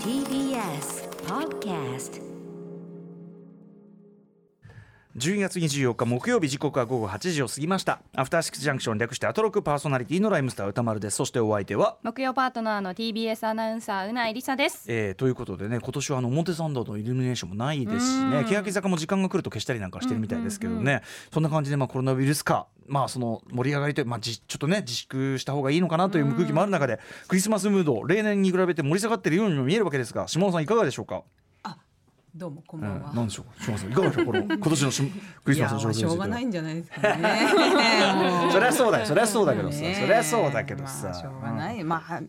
TBS Podcast 12月24日木曜日時刻は午後8時を過ぎましたアフターシックスジャンクション略してアトロクパーソナリティのライムスター歌丸ですそしてお相手は木曜パートナーの TBS アナウンサーうないりさですえー、ということでね今年はあの表参道のイルミネーションもないですしうねん欅坂も時間が来ると消したりなんかしてるみたいですけどね、うんうんそんな感じでまあコロナウイルス化まあその盛り上がりという、まあ、じちょっとね自粛した方がいいのかなという空気もある中で、クリスマスムード例年に比べて盛り下がっているようにも見えるわけですが下野さんいかがでしょうか、どうもこんうばんんは。、なんでしょう下野さんいかがでしょうこの今年のしクリいスマスやのし状況にょついてうがないんじゃないですかね。 もうそりゃそうだよそりゃそうだけどさ、ねえそりゃそうだけどさ、まあしょうがない。まあ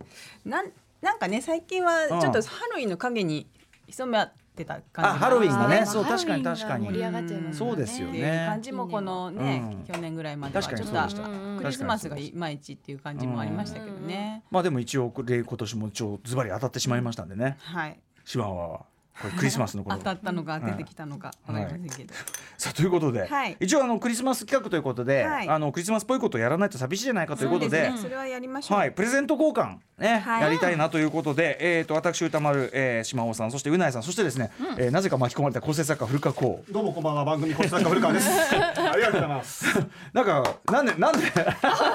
なんなんかね最近はちょっとハロウィンの影に潜め合ってた感じあハロウィンがねがそう確かに確かにハロウィンが盛り上がっちゃいますそうですよっねていう感じもこのね、うん去年ぐらいまではちょっ確とかにそうでしたクリスマスがいまいちっていう感じもありましたけどね。まあでも一応これ今年も一応ズバリ当たってしまいましたんでね、はい。シワワはこれクリスマスのこ 当とたったのか出てきたのかわかりませんけど。さあということで、はい一応あのクリスマス企画ということで、はいあのクリスマスっぽいことをやらないと寂しいじゃないかということでそすねそれはやりましょう。はい、プレゼント交換、ねはいやりたいなということで、えー、と私歌丸、えー、島尾さんそしてうないさんそしてですね、えーなぜか巻き込まれた構成作家古川光どうもこんばんは番組こちらか古川です ありがとうございますなんかなんでなんで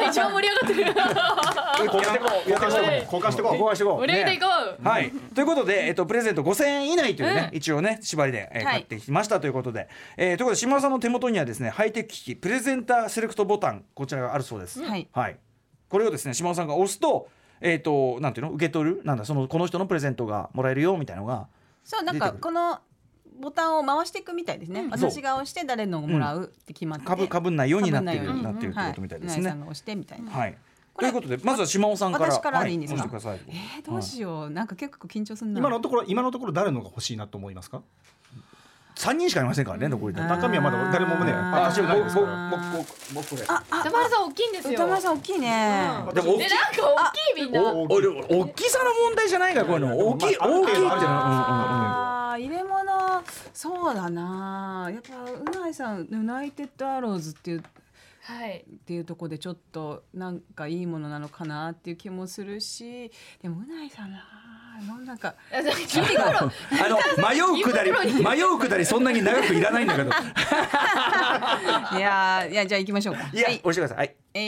一番盛り上がってる。交換してこう交換してこう交換してこ交換してこう盛り上げていこう。はい、ということで、えっと、プレゼント5000円以内というね、一応ね縛りで、えーはい買ってきましたということで、えーということで島田さんの手元にはですねハイテク機器プレゼンターセレクトボタンこちらがあるそうです、はいこれをですね島田さんが押すとえっ、となんていうの受け取るなんだそのこの人のプレゼントがもらえるよみたいなのがそうなん出てかくるこのボタンを回していくみたいですね。私が押して誰のをもらうって決まって、かぶかぶんないようになっている被んなようにっているってことみたいですはねうなえさんが押してみたいな。はい、こといれうことでまずは島尾さんから私からでいいんですかは押してくださいえー、どうしよう、なんか結構緊張すんうな。今のところ今のところ誰のが欲しいなと思いますか3人しかいませんからね残りであー中身はまだ誰もねあ私は僕僕僕僕ああ歌丸さん大きいんですよ。歌丸さん大きいね。でもえなんか大きいみんな。おお大きさの問題じゃないからこういうの大きいまあある大きいって程度のあるじゃないですかはうんうんうんあー入れ物そうだなやっぱうないさんユナイテッドアローズっていうっはい。ていうところでちょっとなんかいいものなのかなっていう気もするしでもうないさんななんかあじゃあ聞いてくる。あの迷うくだり迷うくだりそんなに長くいらないんだけどいやーいやじゃあ行きましょうかいやは押してくださいはいえ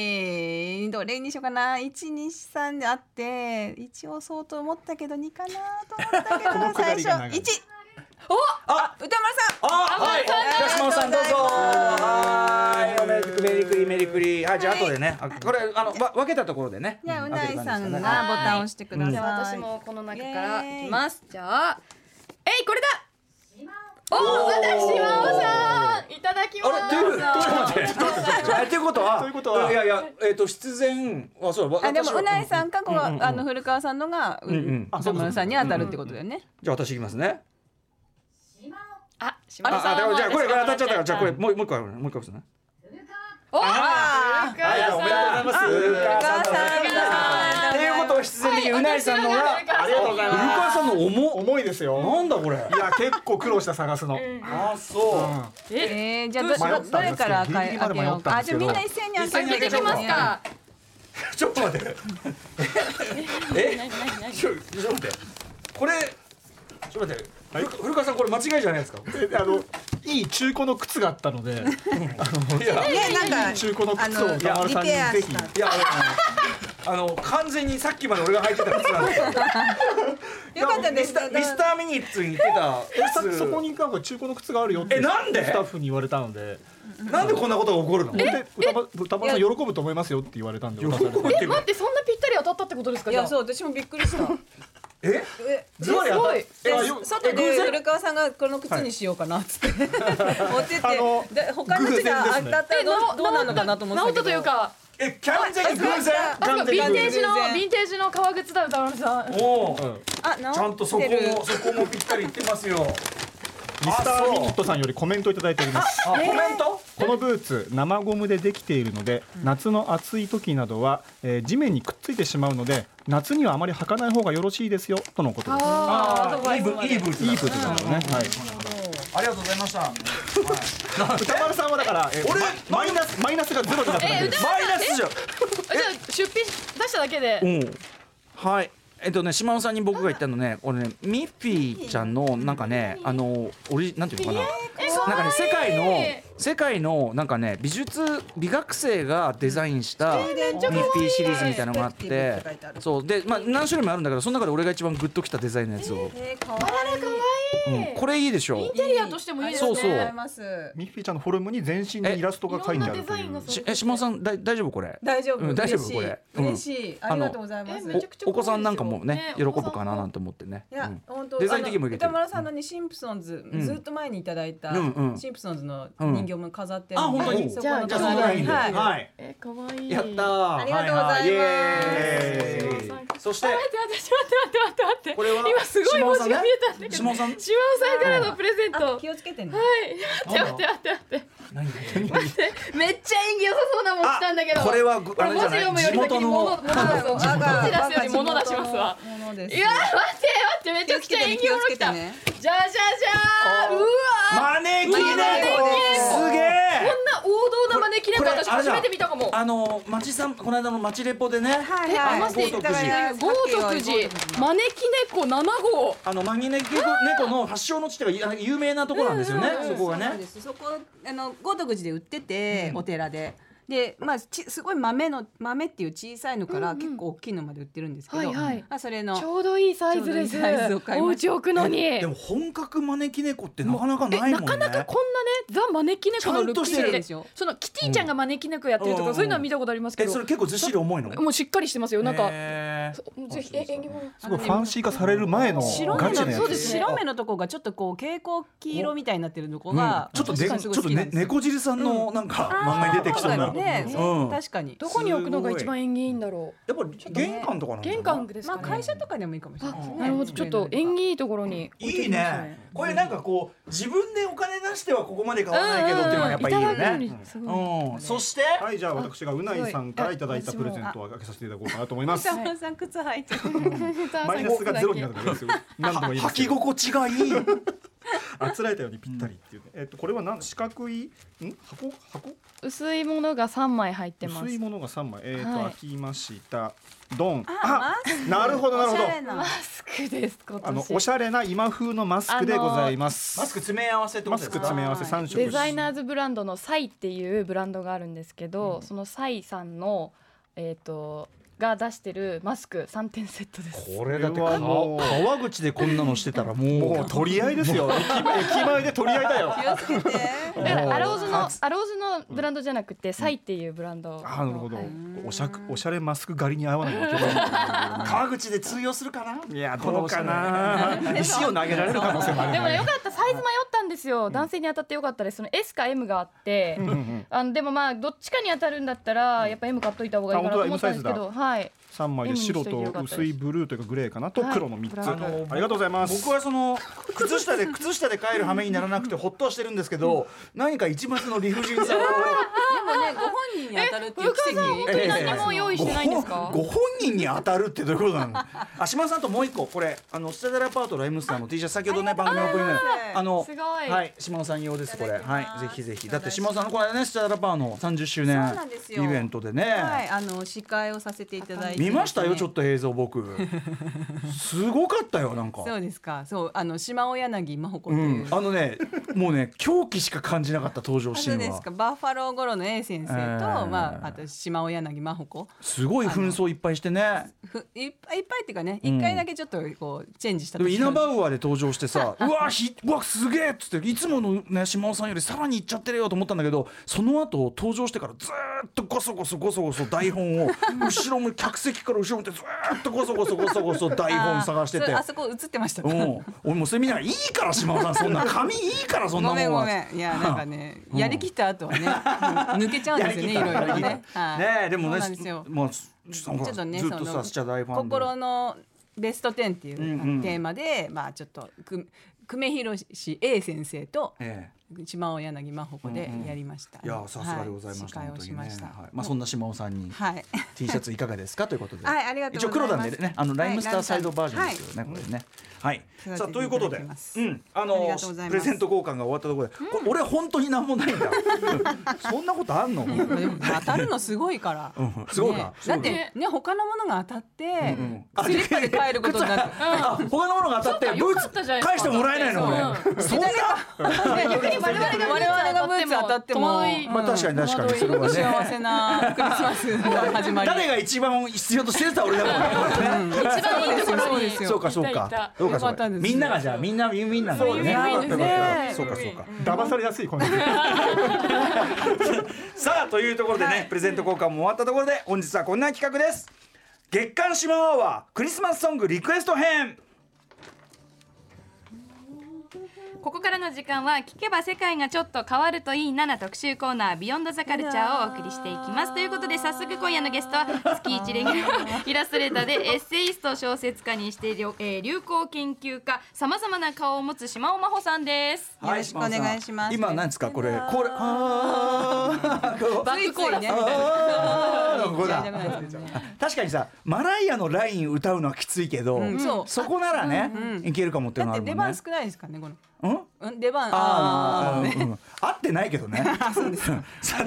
ー、どれにしようかな123であって一押そうと思ったけど2かなと思ったけこのどくだ最り初が長い1あ歌丸さんあはいじゃあ島尾さんどうぞはいメリクリメリクリメリクリはいじゃあ後でねあこれあのわ分けたところでねじゃあうないさんがボはタンを押してくださいじゃあ私もこの中からいきます。じゃあ、えいこれだ。おお、私島尾さんいただきます。あれというちょっと待ってちょっと待ってえということはということはいやいやえっと必然あそうわあでも私はうないさんかこう、うんうんうんあの古川さんのがううんうん歌丸さんに当たるってことだよね。じゃあ私いきますねあ、島尾あさんあでもはじゃあこれこれ当たっちゃったから私じゃあこれ。もうもう一個あるもう一個あるねおお、あはいじゃあおめでとうございます古川さん古川さんっていうことを必然的にうないさんのが、はい私がありがとうござい古ま川さんの重っ重いですよなんだこれいや結構苦労した探すのあそう、え、えー、じゃあ迷ったんどですどれからギリギ開けリまで迷よっうたか。んあですじゃあみけどんな一斉に開開けけててきますか。 ちょっと待ってえちょちょっと待ってこれちょっと待って、古古川さんこれ間違いじゃないですかであのいい中古の靴があったのでい やねなんか中古のあ靴をの歌丸リさんにペアぜしひた。いやあのあの完全にさっきまで俺が履いてた靴なんですよ よかったでミすスターミスターミニッツに行ってえさた靴そこになんか中古の靴があるよっえてなんでスタッフに言われたのでなんでこんなことが起こるので歌丸歌丸さん喜ぶと思いますよって言われたんで喜ぶ渡されてってえ、待ってそんなぴったり当たったってことですか。いじゃあやそう私もびっくりした。ええズバリ当たるでえよ外え偶で然古川さんがこの靴にしようかなっつって持ってってあので他の靴が当たったらえどうどうなのかなと思って直ったというか。え完全に偶然あそうか完ヴィ全ンにテージの全然ヴィンテージの革靴だ歌丸さん。おおうんあ直ってるちゃんとそこもそこもぴったりいってますよミスターミニットさんよりコメントいただいておりますあコメントこのブーツ生ゴムでできているので夏の暑い時などは、えー地面にくっついてしまうので夏にはあまり履かない方がよろしいですよとのことですああいいブいいブーツだいいブーツだからね、はい、ありがとうございましたはい歌丸さんはだから、えー俺ママイナスマイナスがゼロになってるんえです歌マイナスじゃんじゃあ出品出しただけで。うんはいえっとね島尾さんに僕が言ったのね俺ねミッフィーちゃんのなんかねあのオリジなんていうのかななんかね世界の世界のなんかね美術美学生がデザインしたミッフィーシリーズみたいなのがあっミッフィーって書ていてあるそうでまあ何種類もあるんだけどその中で俺が一番グッときたデザインのやつをえー、かわいい。うんこれいいでしょインテリアとしてもいいですそうねそうあります。ミッフィーちゃんのフォルムに全身にイラストが書いてあるいろんなデとザインがいうそ。しえ島尾さんだい大丈夫これ大丈夫、うん大丈夫嬉しいこれうん嬉しい、ありがとうございまあすのめちゃくちゃ可愛いですよおお子さんなんかもねね喜ぶかななんて思ってねいや、うん本当デザイン的にもいけてるあの歌丸さんのにシンプソンズ、んずっと前にいただいた、うんうんシンプソンズの人形も飾ってるうんあ本当にそこじゃあのじゃあ隣にはい、はい、いえ可愛いやった待ーありがとうございますははイエーイそしてって待って待って待って待って待ってこれは今すごい文字が見えたんだけど島尾さんね島尾さんからのプレゼントあはい気をつけてね、待って待って待って待って何めっちゃ演技良さそうなもん来た んだけどこれはぐあれ文じ字ゃない読むよ地り先元にの物物出す我が文字出すより物出しますわ我が地元のものですいやー待って待ってめちゃくちゃ演技良きたじゃねじゃじゃーうわー招き猫猫すげえこんな王道な真似きれば私初めて見たかもあの町さんこの間の町レポでね、はいえはい余していただいはたい豪徳寺招き猫7号あのマギネ猫猫の発祥の地っていうかあの有名なとこなんですよね、そこがそうなんでねすそこあの豪徳寺で売ってて、お寺で。でまあ、ちすごい豆の豆っていう小さいのから、結構大きいのまで売ってるんですけど、はいはいあそれのちょうどいいサイズですちょうどいいサイズを買いおまし家置くのにでも本格招き猫ってなかなかえないもんねなかなかこんなねザ招き猫のルックスちゃんとしてるでしょそのキティちゃんが招き猫やってるとか、うんそういうのは見たことありますけえどそれ結構ずっしり重いのもうしっかりしてますよなんか、へーぜひえ演技もすごいファンシー化される前の白ガ目チのなやそうつでですす。ね白目のとこがちょっとこう蛍光黄色みたいになってるとこうんが、ちょっと私ではちすょごっい好ときなねんですよ猫尻さんのなんか漫画に出てきそうな、そうだよねうん確かにどこに置くのが一番演技いいんだろやっぱり玄関とかなんうじゃない玄関ですまかあね、会社とかでもいいかもしれないですねなるほどちょっと縁起いいところに置いていきますねこれなんかこう自分でお金出してはここまで買わないけどっていうのがやっぱいいようんうんうんいただくねよりすごいうんそしてはいじゃあ私がうないさんからいただいたプレゼントを開けさせていただこうかなと思います。北村さん靴履いてるマイナスがゼロになるだけですよ。何度も言いま履すけきど。心地がいいあつらえたようにぴったりっていうね。えっとこれはなん四角いん箱箱薄いものが3枚入ってます薄いものが三枚えっとはい開きました。ドン。あなるほどなるほおしどゃ。れなマスクです今あの年おしゃれな今風のマスクでございます。 マスク詰め合わせってこマとスですクか詰め合わせ三色。デザイナーズブランドのサイっていうブランドがあるんですけど、そのサイさんのえっ、とが出してるマスク三点セットです。これだってこれはもう川口でこんなのしてたらももうう取り合いですよ。駅駅前で取り合いだよ。気をつけてだからアローズの初アローズのブランドじゃなくて、サイっていうブランドの。あなるほどはい。おしゃくおしゃれマスク狩りに合わないのが一番川口で通用するかない やどうかな。石を投げられる可能性もある。でもね、よかった、サイズ迷ったんですよ、男性に当たってよかったです、その S か M があって、うんうんあのでもまあ、どっちかに当たるんだったら、やっぱ M 買っといた方がいいかなと思ったんですけあど、はい、三枚で白と薄いブルーというかグレーかなと黒の三つ。はいあのありがとうございます。僕はその靴下で靴下で帰る羽目にならなくてほっとはしてるんですけど何か一抹の理不尽さをでもねご本人に当たるっていう奇跡ええ何も用意してないんですかご本ご本人に当たるってどういうことなの あ島田さんともう一個これあのステダラパートライムスターの T シャツ先ほどね番組のオープニングですあのすごいはい島田さん用ですこれいただきまはすいぜひぜひだって島田さんのこれねステダラパーの30周年そうなんですイよベントでね、はいあの司会をさせていただいて見ましたよちょっとと映像僕 すごかったよなんかそうですかそうあの島尾柳真帆子とういんう、あのねもうね狂気しか感じなかった登場シそうーでンすはかバッファローゴロの A 先生と、えーまあ、あと島尾柳真帆子すごい紛争いっぱいしてねふいっぱいいっぱいっていうかねうん一回だけちょっとこうチェンジしたでも時イナバウアーで登場してさ「うわひうわすげえ!」っつっていつもの、ね、島尾さんよりさらにいっちゃってるよと思ったんだけどその後登場してからずーっとごそごそごそごそ台本を後ろも客席から後ろ向いてずーっとごそごそごそごそ台本探してあーてそ。あそこ映ってましたうかん、俺もうそれ見ながら「いいから島尾さんそんな髪いいからそんなごもめんんは」ごめんいやなんかねうんやりきった後はねうん抜けちゃう んやでりすきよねいったろいろやりねきったはいねえでもねそうなんですよまあすちょちょっとねずっとそさのスチャ大ファンで心のベスト10っていううんうんテーマでまあちょっとく久米宏 A 先生とえ島尾柳真帆子でやりましたえいやさすがでございました、はい司会本を当しにまねしたはいまあそんな島尾さんに、はい。 T シャツいかがですかということで。はいありがとうござい一応黒ますなんでね、あのはいライムスターサイドバージョンですよね、これね。はい。育さてていただきますあということで、うん、あありのがとうございますプレゼント交換が終わったところで、これ俺本当になんもないんだ。うんそんなことあんの？でも当たるのすごいから。 うんすごいねな。だってね他のものが当たってうんスリッパで帰ることになる。あ他のものが当たってそっかブよかったじゃーツないですか返してもらえないの俺。そんな。逆に我々が我々がブーツ当たっても戸惑いまあ確かに確かにそれはね。幸せなクリスマスの始ま り。誰が一番必要としてた俺だもんねこれ ね。一番いいところそうにですよそうかそういたいかた。そうかよかそっうたか。ですねみんながじゃあみんなみんなそういうね。意味ですねそうかそうか。騙されやすいこのさあというところでね、プレゼント交換も終わったところで本日はこんな企画です月刊シマワはクリスマスソングリクエスト編ここからの時間は聞けば世界がちょっと変わるといいなな特集コーナービヨンドザカルチャーをお送りしていきますということで早速今夜のゲストは月一レギュラーイラストレーターでエッセイスト小説家にしている、えー流行研究家さまざまな顔を持つ島尾真帆さんですよろしくお願いしますは今なんですかこれこれあーこうバックコーラスついついねあーの子だやりたくないですけど確かにさマライアのライン歌うのはきついけど、うんそうそこならね、いけるかもっていうのだっはあるてもん出ね番少ないですからねこの。うんうん出番ああーーあー、うん、合ってないけどね。さあ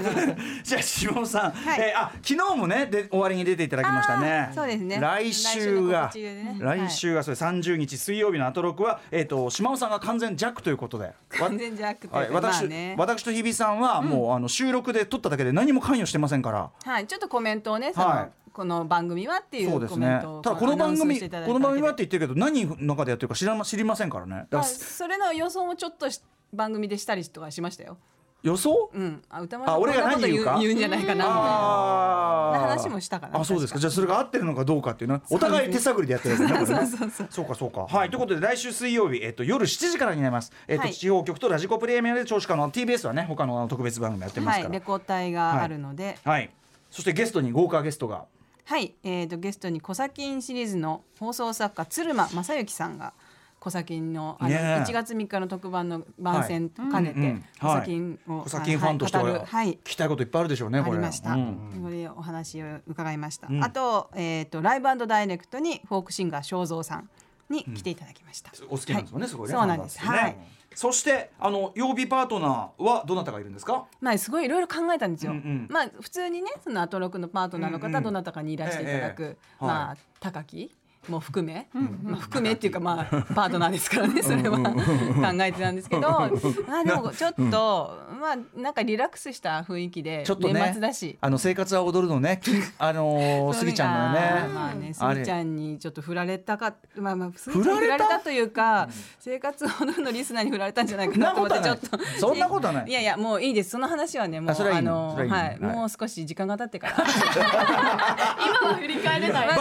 じゃあ下尾さん、はいえーあ昨日もねで終わりに出ていただきましたねあ。ーそうですね来週が来週の告知でね来週がそれ三十日水曜日のアトロクはえっ、と島尾さんが完全弱ということで。わ完 全じゃなくてはい、ま私、あね私と日比さんはもう、あの収録で撮っただけで何も関与してませんから。はいちょっとコメントをねそのはいこの番組はっていそううでコすメねントを。ただこのアナウ番ンス組していただいこたのだけ番で組はって言ってるけど何の中でやってるか知らま知りませんからね。だからまあそれの予想もちょっとし番組でしたりとかしましたよ。予想？うん、あ歌丸さあん俺がこんなこと何言うか言うんじゃないかなみたいな。ああな話もしたかなあそうですかじゃあそれが合ってるのかどうかっていうのはお互い手探りでやってるんですねこれねそうかそうかはいということで来週水曜日えっと夜7時からになりますえっはとい地方局とラジコプレミアムで聴取可能 TBS はね他のあの特別番組やってまはすかい、レらコー隊があるので、はいそしてゲストに豪華ゲストがはい、えっ、とゲストにコサキンシリーズの放送作家鶴間正幸さんが。コサキンのあのねえ1月3日の特番の番宣と兼ねうんうてんコサキンを小崎ファンとしてはい語はるはい聞きたいこといっぱいあるでしょうねあこれりました。うこんれお話を伺いました。うんあとえっ、とライブダイレクトにフォークシンガー正蔵さんに来ていただきました。お好きなんですもんね、はいすごいねそうなんです。ファンダンスねはい。そしてあの曜日パートナーはどなたがいるんですかまあすごいいろいろ考えたんですよ。うんうんまあ普通にねそのアトロクのパートナーのうんう方んどなたかにいらしていただく、ええまはあ高木も含め、まあ含めっていうかまあパートナーですからねそれは考えてたん ですけど、まあでもちょっと、まあなんかリラックスした雰囲気でちょっとね年末だし。あの生活は踊るの ね、きんあのー、そうスいうギちゃんのあーね。まあね、スあれギちゃんにちょっと振られたか、まあまあ、スギちゃ振んに振らられれたたというか、生活をどんのリスナーに振られたんじゃないかなと思って、ちょっと。そんなことはないいやいや、もういいです。その話はね、もう、あそれはいいあのの、それはいいのはい、はいもう少し時間が経っ てから。今は振り返れない。ば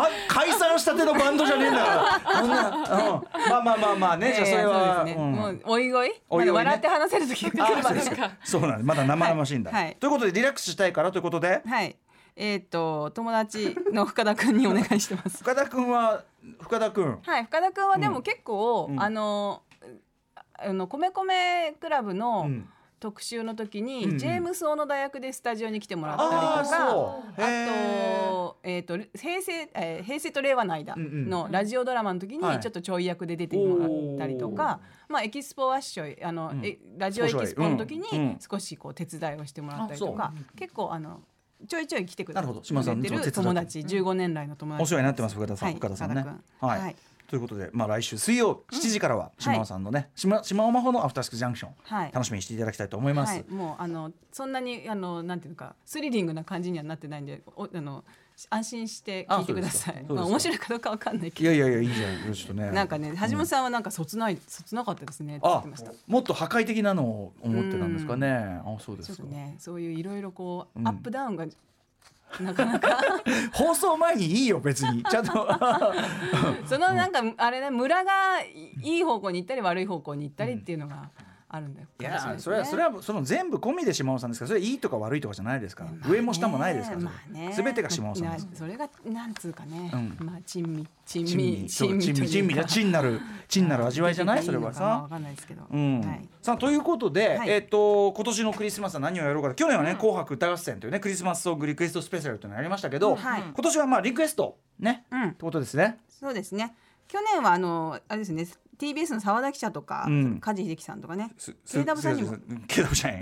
ば解散したてのバンドじゃねえんだから。こんな、うん、まあまあまあまあね、じゃあそれは。 いやいやそうですねうんもう、おいおい、おいおいねまだ笑って話せる時が来ればですか。そうなんですまだ生々しいんだ、はいはいということでリラックスしたいからということではい、えっ、と、友達の深田君にお願いして ます。深田君は深田君はい、深田君はでも結構、うんあの。あの米米クラブの、うん特集の時に、うんうんジェームス大野大学でスタジオに来てもらったりとああか。そうあへと,、えー、と平成、えー平成と令和の間のラジオドラマの時うんうんにちょっとちょい役で出てもらったりとか、まあ、エキスポワッショイあの、うんえラジオエキスポの時うんうんに少しこう手伝いをしてもらったりとあか、結構あのちょいちょい来てくだなさるほど島さんっていつも手る伝って友達15年来の友ー達お世話になってます深田さん、はい深田さんね深田君はい、はいということで、まあ、来週水曜7時からは島尾さんのね、島島尾真帆のアフタースクジャンクション、はい楽しみにしていただきたいと思います、はい、もうあのそんなにあのなんていうのかスリリングな感じにはなってないんでおあの安心して聞いてくださあそうですかそいうですかまあ、面白いかどうかわかんないいけどやいやいやいいじゃんちょっとねなんかね橋本さんはなんかそつないそつなかったですねって言っあてました。もっと破壊的なのを思ってたんですかねあそうでちょすっとか、ねそういういろいろこう、うんアップダウンがなか なか放送前にいいよ別 にちゃんとそのなんか、あれね村がいいい方向に行ったり悪い方向に行ったりっていうのがあるんだよ、いやそれはそれははその全部込みで島尾さんですからそれいいとか悪いとかじゃないですから、上も下もないですから、まあね、全てが島尾さんですなそれがなんつうかね、うんまあ珍味珍珍味味そう珍と味いうか珍味だ珍なる珍なる味わいじゃないそれはさわかんないですけど。うんはい。さあということで、はいえっ、と今年のクリスマスは何をやろうか去年はね「紅白歌合戦」というねクリスマスソングリクエストスペシャルというのをやりましたけど、はい今年はまあリクエストね、うんってことですね。そうですね。去年はあのあれですね TBS の澤田記者とか、うん梶秀樹さんとかねすす KW さんにもすケイダブさん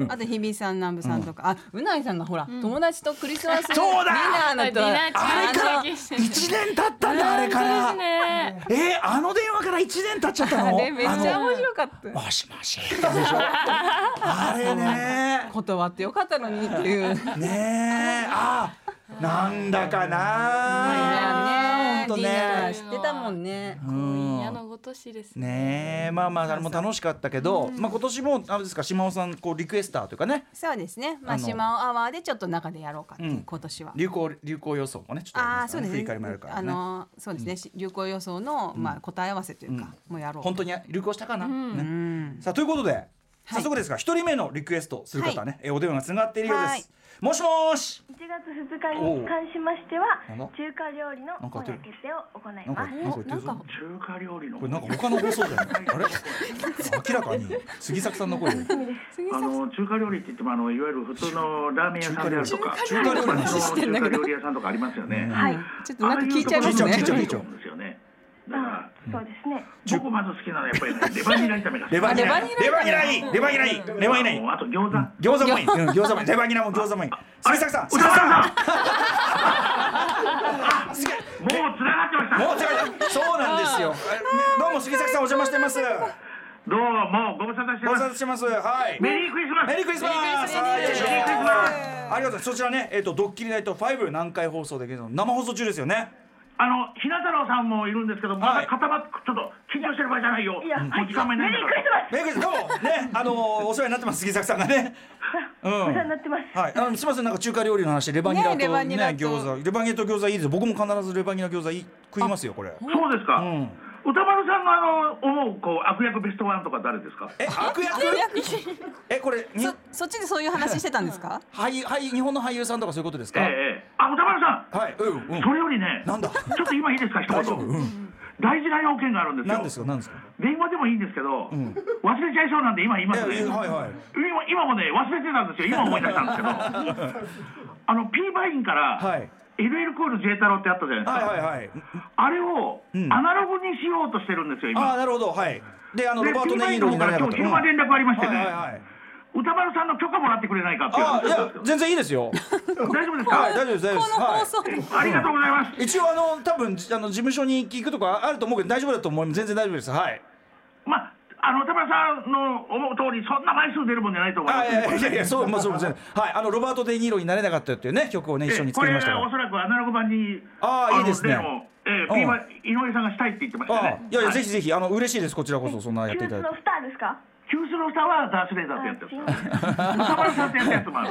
に あと日比さん南部さんとか、あうないさんがほら、友達とクリスマスディそうだナーのディとナーあれ中かに1年経ったんだあれからねえーあの電話から1年経っちゃったあ のれめっちゃ面白かったあのもしもしでしょあれね断ってよかったのにっていう。ねえあなんだかなね本当ディナーねしてたもんね。うん嫌のごとしですねねえまあまああれも楽しかったけど、まあ今年もあれですか島尾さんこうリクエスターというかねそうですね。あまあの島尾アワーでちょっと中でやろうかっていううん今年は。流行流行予想もねちょっとああありますそからうねで振すりね返りもあるからあね。のそうですね、し流行予想の、まあ、答え合わせというか、もうやろう本当に流行したかな、うねんさあということで早速ですが一、人目のリクエストする方はね、えお電話がつながっているようです。はいもしもし1月2日に関しましてはおうなんだ中華料理の本屋決定を行いなんかなまんか言ってるおなんぞか。中華料理のこれなんか他の放送だよね。あ れ明らかに杉作さんの声で。 あの中華料理って言ってもあのいわゆる普通のラーメン屋さんであるとか中華料理中華料理のあの話してんだけど中華料理屋さんとかありますよね、はいちょっとなんか聞いちゃいますねああうところに行くといいと思うんですよねだからすそうですね僕まず好きなのはやっぱりね、レバニラ炒めが好きレバニラレバニラレバニラいいレバニラいいレバニラいいもうあと餃餃子、子もいいうん餃子もいいレバニラも餃子もいい杉作さんお杉父作さんさん杉作もうつながってましたもうちょいそうなんですよ。えどうも杉崎さんお邪魔してます。どうもご無沙汰してご無沙ま汰すしてます。はい。メリークリスマスメリークリスマス。はいよいしょありがとうございます。そちらね、えっとドッキリナイト5南海放送で現在生放送中ですよね。あのひな太郎さんもいるんですけどまはいだ固まってちょっと緊張してる場合じゃないよいやもう時間もメないんリークリだからスマスメリークリスマス。どうもね、あのーお世話になってます杉崎さんがね。うん。お世話になってますはい、あのすみませんなんか中華料理の話レバニラとねねレバニラと餃子レバニラと餃子いいですよ僕も必ずレバニラ餃子いい食いますよこれそうですか、うん歌丸さんのあの思うこう悪役ベストワンとか誰ですかえ悪役えこれにそそっちでそういう話してたんですか俳優俳優日本の俳優さんとかそういうことですえか、えええあ歌丸さんはいうんうんそれよりねなんだちょっと今いいですか一言大丈夫うん大事な要件があるんですよ何ですか何ですか電話でもいいんですけど、ん忘れちゃいそうなんで今言いますいねやいやはいはい今今もね忘れてたんですよ今思い出したん ですけどあの P バインから、はい LL コール J 太郎ってあったじゃないですか、はいはいはい。あれをんアナログにしようとしてるんですよああ今ー、なるほど、はい。で、あの、でロバート・ピンネマニイーンロのにな方からならかっ今た。日昼間連絡ありましてはいね、はいはい。歌丸さんの許可もらってくれないかって言わあれあ、いてたんやです、よ全然いいですよ。大丈夫ですか、はい、大丈夫です、大丈夫です。はい。ありがとうございます一応、あの、多分、じあの、事務所に聞くとかあると思うけど、大丈夫だと思います。全然大丈夫です。はい。まああの田村さんの思う通りそんな枚数出るもんじゃないと思いまあすいけどやいやいやいや、そう、まあ、そう、全然。はい、あの、ロバート・デ・ニーロになれなかったっていうね、曲をね、一緒にこ作りれましたかおそら。らくアナログ版にあーいいですねあの例のえー、うんピーマン井上さんがしたいって言ってましたあよあね、いやいや、はいぜひぜひ、あの、嬉しいです。こちらこそ、そんなやって急いた須だいのて。スターですか急須の下はダースレーダーってやってるあ違う田村さんってやったやつもある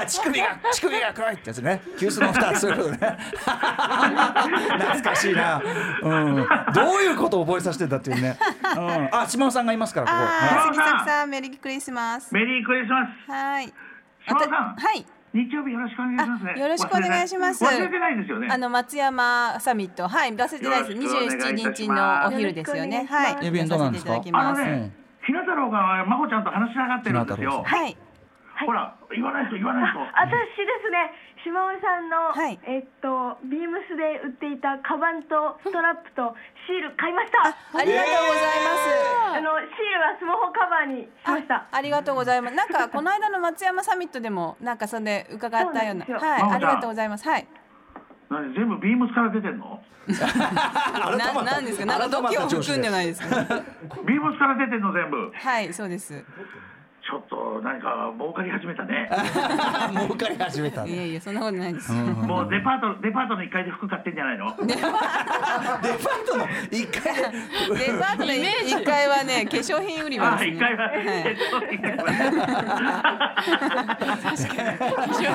あ、乳首が、乳首が黒いってやつね。急須の蓋、そういうことね。懐かしいな。うん。どういうことを覚えさせてたっていうね。うん。あ、島尾さんがいますから、ここ。あはー杉作さんメリークリスマスメリークリスマスはい島田さんあとはい日曜日よろしくお願いしますあねよろしくお願いします忘れてないですよねあの松山サミットはい忘れてないですよろしくお願いいた27し日ますのお昼ですよよねろしくお願いしますはいイベントなんですかやらせていたあだきのますね、ひな太郎がまこちゃんと話し上がってるんですよ、はいほら言わないと言わないと私ですね島尾さんの、はいえっとビームスで売っていたカバンとストラップとシール買いましたありがとうございますあのシールはスマホカバーにしましたありがとうございます。なんかこの間の松山サミットでもなんかそんで伺ったような。そうなんですよはい、真帆ちゃんありがとうございます。はい。何全部ビームスから出てんのななんですか。なんか度胸含んでないですか。ビームスから出てんの全部はい、そうです。ちょっと何か儲かり始めた ねい。儲かり始めた。いデやいやそんなことないです。もうデパートデパートの1階で服買ってんじゃないのパートの一回で。デパートの一階はね化粧品売り場あです1ね。階は、えっと一階は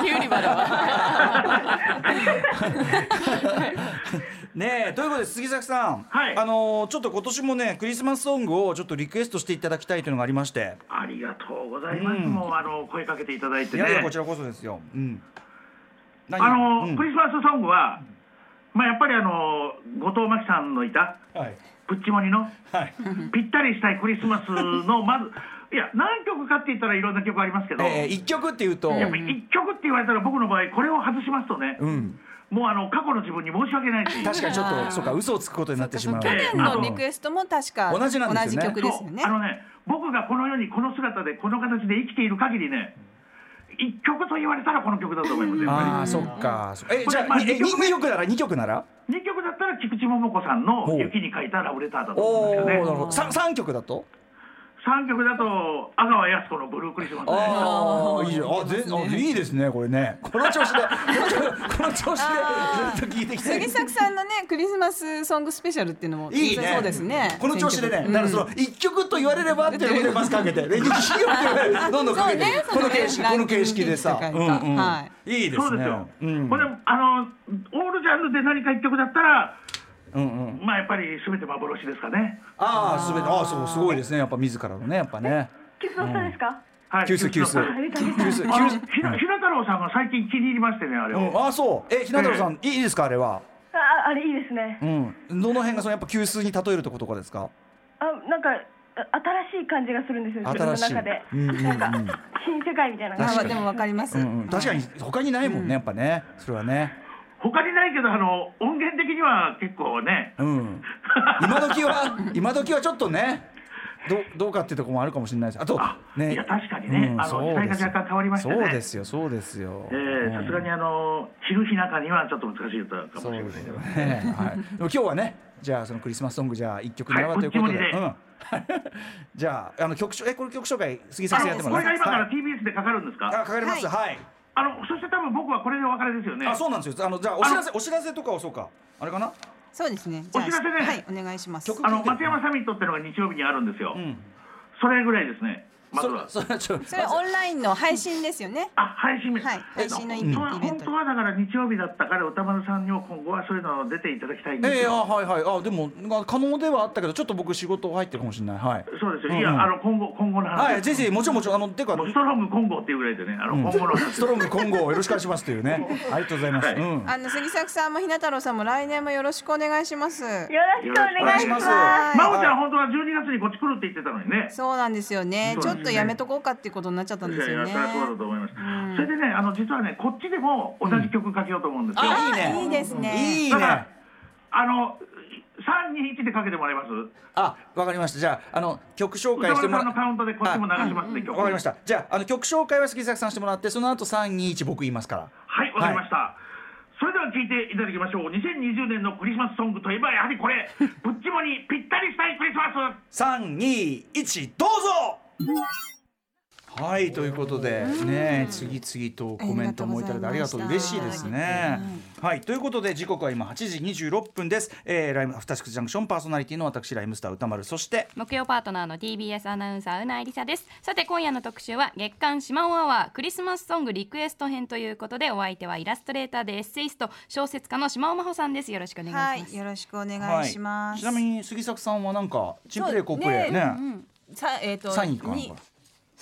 ねえということで杉崎さん、はいあのーちょっと今年もねクリスマスソングをちょっとリクエストしていただきたいというのがありまして、 ありがとうございます、うんもうあの声かけていただいていねやいやこちらこそですよ。うん。何あの、うんクリスマスソングは、まあ、やっぱりあの後藤真希さんのいたはいプッチモニのはい。ぴったりしたいクリスマ スのまずいや何曲かって言ったらいろんな曲ありますけど、えー一曲っていうと、やっぱり1曲って言われたら僕の場合これを外しますとね、うんもうあの過去の自分に申し訳ないし確かにちょっとそうか嘘をつくことになってしまうそうか去年のリクエストも確か同じなんですよね同じ曲ですよねそうあのね僕がこの世にこの姿でこの形で生きている限りね一曲と言われたらこの曲だと思いますよああそっかえじゃまああにえ二曲二曲なら二曲なら2曲だったら菊池桃子さんのほう「雪に書いたラブレター」だとお思おうんなるですよねほど三三曲だと3曲だと阿川靖子の「ブルークリスマス」ねああいいじゃんあぜあいいですねこれねこの調子でこの調子あーでずっと聞いてき杉て作さんのねクリスマスソングスペシャルっていうのもいいねそうですねこの調子でね選だ曲からその一曲と言われればっていうのでマスかけてで二曲と言われればどんどんかけてそうねこの形式そのねこの形式でさラうンキングんとかはうんいいでそうすですねよ、うんこれあのオールジャンルで何か1曲だったらうんうんまあやっぱり全て幻ですかねああ、すべて、ああ、そう、すごいですね、やっぱ自らのね、やっぱね。キスさんですか、はい急須、急須あ。急須、の急須。ひなひな太郎さんが最近気に入りましてねあれうを、ん、ああ、そう、え、ひなたろうさん、いいですか、あれは。ああれいいですねうん、どの辺が、その、やっぱ急須に例えるとことかですか。あなんかあ新しい感じがするんですよ自分の新しい中で、。うん、うん、うん新世界みたいなまあ感まじあでもわかります、うん、うん、確かに、他にないもんね、やっぱね、それはね。他にないけどあの音源的には結構ね うん。今時は、今時はちょっとね。どう、どうかっていうところもあるかもしれないです。あとあ、ね。いや確かにねあのそう時代がですよ若干変わりましたねそうですよ、そうですよ。えーさすがにあの昼日中にはちょっと難しい歌かそもうしれでないすけよど、ね。はい。でも今日はね、じゃあそのクリスマスソングじゃあ一曲ならばはいということで、こっちうもん。 じゃああの曲紹えこれ曲紹介杉さんやってもあこられが今からはい TBS でかかるんですあか、かかります。はい。あのそして多分僕はこれでお別れですよねあそうなんですよ。あのじゃあお知らせお知らせとかをそうかあれかな。そうですねじゃあお知らせねはいお願いします曲あの松山サミットってのが日曜日にあるんですよ、うん。それぐらいですねまずそはれそれはちょっとそれはオンラインの配信ですよねあ配信日はい配信のイベ本当はイベン本ト当はだから日曜日だったから歌丸さんにも今後はそういうの出ていただきたいんですええあよ、はいはいあでもまあ可能ではあったけどちょっと僕仕事入ってるかもしれないはい。そうですよ、いうんうんやあの今後今後の話、はいぜひもちろんもちろんあのてかもうストロング今後っていうぐらいでねあの今後の話、ストロング今後をよろしくお願いしますという ね。ありがとうございます。はいうん。あの杉作さんも日向太郎さんも来年もよろしくお願いしますよろしくお願いしまよろしくすお願真央ちゃん本当は12月にこっち来るって言ってたのにねそうなんですよねそうちょっなんですねとやめとこうかっていうことになっちゃったんですよねいやいやそれはそうだと思います、それでねあの実はねこっちでも同じ曲かけようと思うんですよ、あいいね。いいですねいいだかねら。あの321でかけてもらいますあ、わかりました。じゃあ、あの曲紹介歌して丸もさらんのカウントでこっちも流しますね曲わかりました。じゃあ、あの曲紹介は杉崎さんしてもらって、その後三二一僕言いますから。はい、わかりました。それでは聞いていただきましょう。2020年のクリスマスソングといえばやはりこれ、ぶっちもにぴったりしたいクリスマス。三二一どうぞ。はい、ということで、ね、次々とコメントもいただいて、あありりががととう、う嬉ございまししたいですね。はい、ということで、時刻は今8時26分です。えー、ライム、アフターシックスジャンクションパーソナリティの私ライムスター歌丸、そして。木曜パートナーの TBS アナウンサーうなえりさですさて今夜の特集は月刊しまおアワークリスマスソングリクエスト編ということでお相手はイラストレーターでエッセイスト小説家の島尾真帆さんですよろしくお願いしまはす、いよろしくお願いしまはいすちなみに、杉崎さんはなんか、チンプレイコープレイそうね、さえっと三位かな。にこれ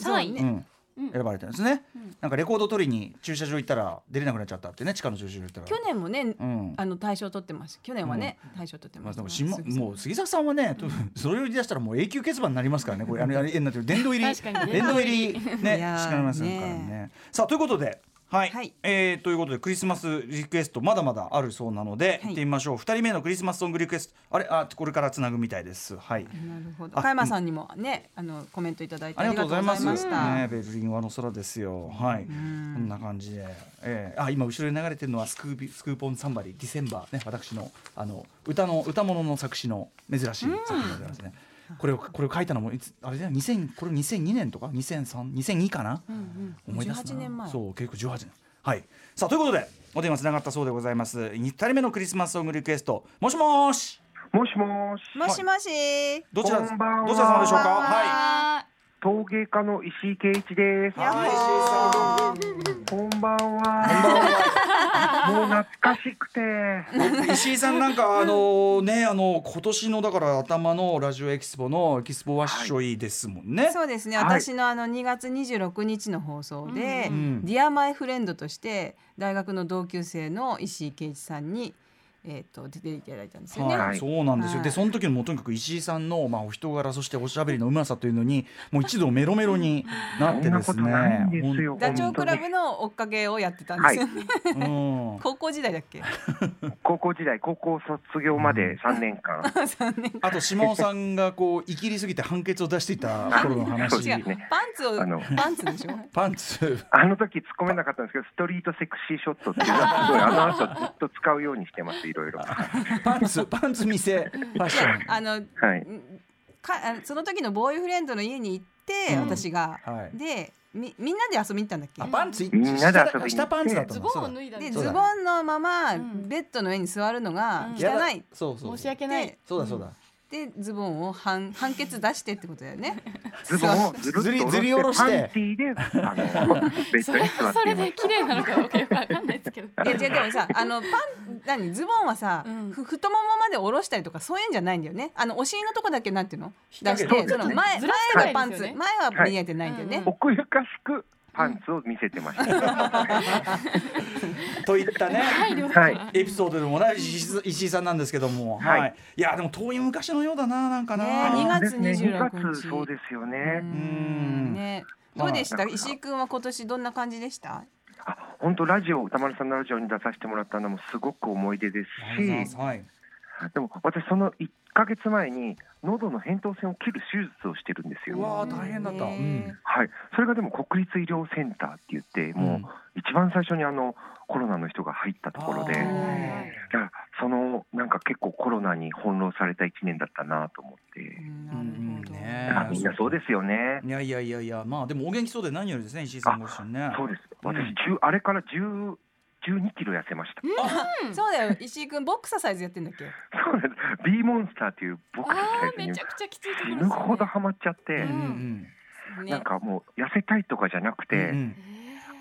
そう三位うねん、選ばれてるんですね、なんかレコード取りに駐車場行ったら出れなくなっちゃったってね地下の駐車場行ったら去年もねうんあの大賞取ってます去年はね大賞取ってままあ、すでもしま杉作さんもう杉崎さんはね、多分それを言い出したらもう永久欠番になりますからねこれあのあれえなんていうの殿堂入り確かに殿堂入りねいやーしかれませんからねねさあということではい、はいえーということでクリスマスリクエストまだまだあるそうなので、行ってみましょう2人目のクリスマスソングリクエストあれあこれからつなぐみたいですはいなるほどあ加山さんにもねあのコメントいただいてありがとうございます。ありがとうございましたね、ベルリンはあの空ですよ。はい、こんな感じで、えーあ、今後ろに流れてるのはスクービ、スクーポンサンバリー、ディセンバーね、私の。あの、歌の、歌物の作詞の珍しい作品でございますね。これを、これを書いたのも、いつ、あれだよ、2000、これ2002年とか、2003、2002かな。思い出すな。 18年前そう、結構18年。はい、さあ、ということで、お電話つながったそうでございます。2人目のクリスマスソングリクエスト、もしもーし。もしもし、もしもしどちら、どこちんばんはら様でしょうか。はい。あ陶芸家の石井圭一です。やっほーこんばんは。もう懐かしくて。石井さんなんかあのねあの今年のだから頭のラジオエキスポのエキスポワッショイですもんね。 そうですね、はい私のあの2月26日の放送で「うんうん Dear My Friend」として大学の同級生の石井圭一さんにえっ、と出ていただいたんですよね。はい、そうなんですよ、はいでその時のもうとにかく石井さんの、まあ、お人柄そしておしゃべりのうまさというのにもう一度メロメロになってですそんなことないんね。ですよダチョウ倶楽部の追っかけをやってたんですよね、ほんうん 高校時代だっけ高校時代高校卒業まで3年間、三年あと島尾さんがこう生きりすぎて判決を出していた頃のそう話違でうすねパンツをあのパンツでしょパンツあの時突っ込めなかったんですけどストリートセクシーショットっていうのはすごいあの後ずっと使うようにしてますいろいろはパンツパンツ見せファッション。あのいかあのその時のボーイフレンドの家に行って、うん私が、はいでみみんなで遊びに行ったんだっけあパンツみんなで遊びに行って下パンツだったズのボンそうをだ脱いだんででそうズだボンのまま、うんベッドの上に座るのがうん汚やだい、そうそう申し訳ないで。そうだそうだでズボンを 半半決出してってことだよねズボンをずるっとずりずり下ろろししててパンティーであの ベッそドれに座はっそてれいまです綺麗なのかどうかよくわかんないです けど。いや違うでもさあのパン何ズボンはさ、うんふ太ももまで下ろしたりとかそういうんじゃないんだよねあのお尻のとこだけなんていうの出しそうでてすそねの前ず前らしてないはパンでツすよね前は見えてないんだよね、奥ゆかしくパンツを見せてました、といったねはいエピソードでも同じ石井石井さんなんですけども、は、はいいい、やでも遠い昔のようだななんかな、ねえ苦そうですね2月二月そうですよね、んね、まどあうでした、石井君は今年どんな感じでした。あ本当ラジオ歌丸さんのラジオに出させてもらったのもすごく思い出ですありがとうございましすはい、でも私その1ヶ月前に喉の扁桃腺を切る手術をしてるんですうよわー大変だった、ねはい、それがでも国立医療センターって言ってうん、もう一番最初にあのコロナの人が入ったところであだかーらそのなんか結構コロナに翻弄された1年だったなと思ってなうるんほど。ねあみんなそうですよねいやいやいやいやまあでもお元気そうで何よりですね石井さんご自身ねそうですうん私10あれから10 12キロ痩せました。そうだよ、石井君ボクサーサイズやってんだっけ。そうなんです。B モンスターっていうボクサーあサあイズめにちゃくちゃきついところで死すよね。ぬほどハマっちゃってう、んうんね、なんかもう痩せたいとかじゃなくて、うんうん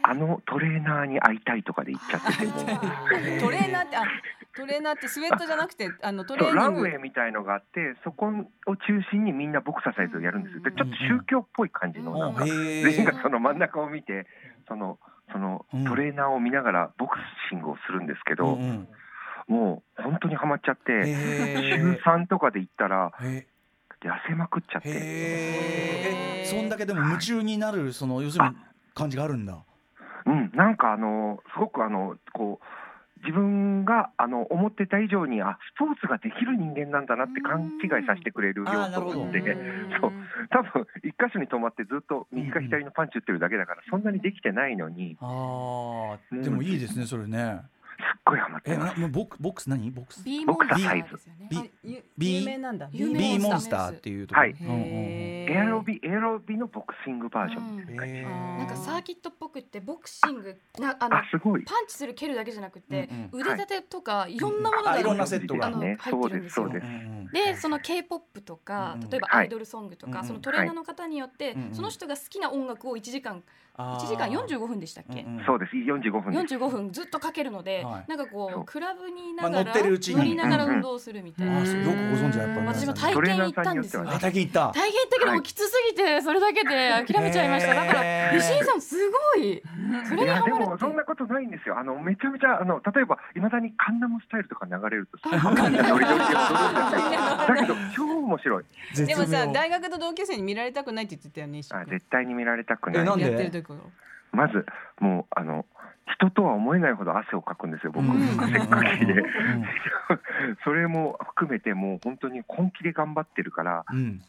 あのトレーナーに会いたいとかで行っちゃっててもうトレーナーって、あ、トレーナーってスウェットじゃなくて、あのトレそうラーンニンウグ。ェイみたいのがあってそこを中心にみんなボクサーサイズをやるんですよでちょっと宗教っぽい感じのなんおかへ全ー員がその真ん中を見てそのそのうんトレーナーを見ながらボクシングをするんですけうど、んうんもう本当にハマっちゃって週へ3とかで行ったらーへ痩せまくっちゃっーへーてえそんだけでも夢中になるその要するに感じがあるんだうんなんかあのすごくあのこう自分があの思ってた以上にあスポーツができる人間なんだなって勘違いさせてくれるあーなる要ほ素どがあってそう多分一箇所に止まってずっと右か左のパンチ打ってるだけだからそんなにできてないのにすっあうーんでもいいですねそれねごいハマってえまなすボクボックス何ボックス B 僕らサイズですよね。 B あゆ B 有名なんだ。 B 有 B 名モなンんスだターっていうところはいうんうんへーエアロビエアロビのボクシングバージョンうんうんへーなんかサーキットっぽくってボクシングなあのあすごいパンチする蹴るだけじゃなくて、うん腕立てとかいろんなものあがいろんなセットがあの入ねってるんですそようですそううんうんでその k p o p とか、うんうん例えばはアいイドルソングとか、うんうんそのトレーナーの方によって、うんうんその人が好きな音楽を1時間あー1時間45分でしたっけ、うんうんそうです45分です45分ずっとかけるので、はいなんかこそううクラブにいながまあら、乗ってるうちに乗りながら運動をするみたいな、あそうよくご存知だやっぱり皆さん私も体トレー験ナ行っーさたんんによですってはよねねあ、体験行った。体験行ったけどはもいうきつすぎてそれだけで諦めちゃいました、だからへー石井さんすごいそれいにやハでマるもってそんなことないんですよあのめちゃめちゃあの例えばいまだに「カンナムスタイル」とか流れるとすごいノリノリで踊るんですよだけど超面白い絶で妙もさ、大学の同級生に見られたくないって言ってたよね、石井あ君。絶対に見られたくなえいなんでやってるところ。まずもうあの人とは思えないほど汗をかくんですよ僕、うん 汗っかきでうんそれも含めてもう本当に根気で頑張ってるからうん。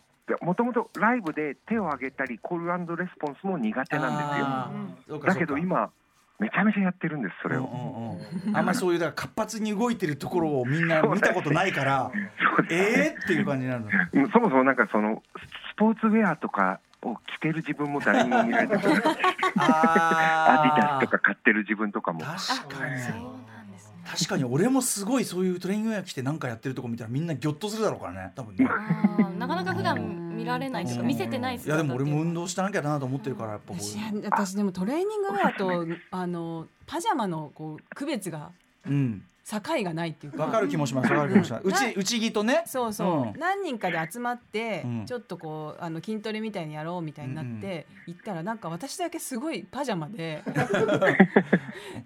もともとライブで手を挙げたりコールアンドレスポンスも苦手なんあーそうでかすよだけそどうか今めちゃめちゃやってるんですそれを、うんうんうんあんまりそういうだから活発に動いてるところをみ んな見たことないから、えーっていう感じになるの。うんそもそもなんかそのスポーツウェアとかを着てる自分も誰にも見ら れたくないアディダス あとか買ってる自分とかもー確かに。なんですね確かに俺もすごいそういうトレーニングウェア着てなんかやってるとこ見たらみんなギョッとするだろうからね多分ね。あーなかなか普段見られないというか見せてないいやでも俺も運動動したなきゃなと思ってるからやっぱこう私私でもトレーニングウェアとあのパジャマのこう区別がうん境がないっていうかわかる気もしますわかる気もします。うんうちうち着とね。そうそう、うん何人かで集まって、うんちょっとこうあの筋トレみたいにやろうみたいになって、行ったらなんか私だけす ごいパジャマで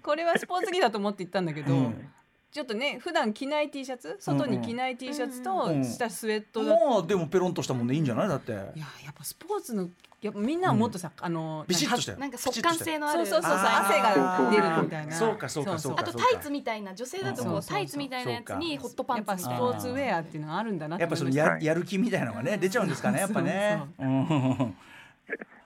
これはスポーツ着だと思って行ったんだけど、うんちょっとね普段着ない T シャツ外に着ない T シャツとうんしたスウェットだ、まあでもペロンとしたもんでいいんじゃないだっていややっぱスポーツのやっぱみんなはもっとさ、あのビシッとしたよはなんか速乾性のあそるうそうそうそうあ汗ーが出るみたいなそうかそうかそうあかとタイツみたいな女性だとこうんうタイツみたいなやつにホットパやンっぱツスみたいポなーツウェアっていうのがあるんだなってやっぱそのややる気みたいなのがね出ちゃうんですかねやっぱね。うん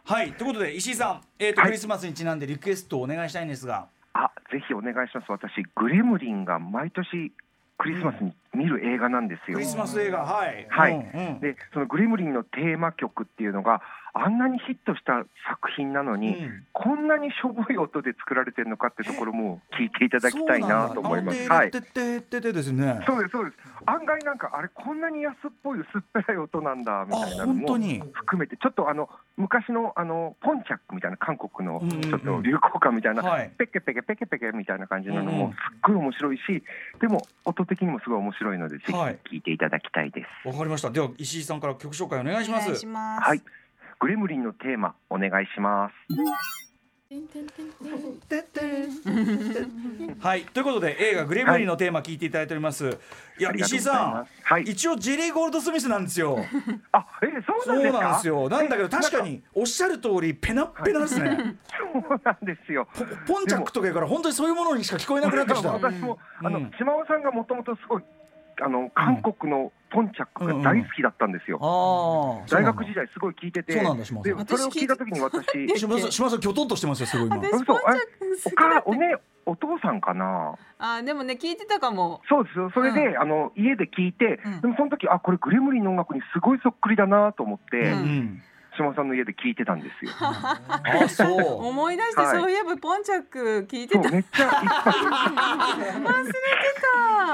はいということで石井さん、えーとはいクリスマスにちなんでリクエストをお願いしたいんですが、あぜひお願いします私グレムリンが毎年クリスマスに見る映画なんですよクリスマス映画はい、はいうんうんでそのグレムリンのテーマ曲っていうのがあんなにヒットした作品なのに、うんこんなにしょぼい音で作られてるのかってところも聞いていただきたいなと思います。そうはなんいだ。てってっててですね。そうですそうです。案外なんかあれこんなに安っぽい薄っぺらい音なんだみあたいなの本も当に。含めてちょっとあの昔のあのポンチャックみたいな韓国のうんうんうんちょっと流行歌みたいな、はいペケペケペケペケみたいな感じなのうんうんもすっごい面白いし、でも音的にもすごい面白いのでぜひ聴いていただきたいです。わかりました。では石井さんから曲紹介お願いします。まはい。グレムリンのテーマお願いします。てってはいということで映画グレムリンのテーマ聞いていただいております。い、やありがと石う井ございさますん。はい一応ジェリー・ゴールドスミスなんですよ。あ、えー、そうそなんでうすか。なんですよ。なんだけど確かえ。におっしゃる通りペナッペナですね。なんかそうなんですよ。ポポンチャックとかやから本当にそういうものにしか聞こえなくなってきた。私も、うんあのうん島尾さんがもともとすごいあの韓国のポンチャックが大好きだったんですよ。ああ。大学時代すごい聞いてて、そうなんでだ島尾さそれんを聞いた時に私、島田さん島田さんきょとんとしてますよすごい今。私嘘ポンチャック好おきだかっおたねお父さんかな。あでもね聞いてたかもそうですよ。それで、あの家で聞いて、うんでもその時あこれグレムリンの音楽にすごいそっくりだなと思って、ううん。島尾さんの家で聞いてた んですよ。あそう。思い出して、はいそういえばポンチャック聞いてそたうめっちゃ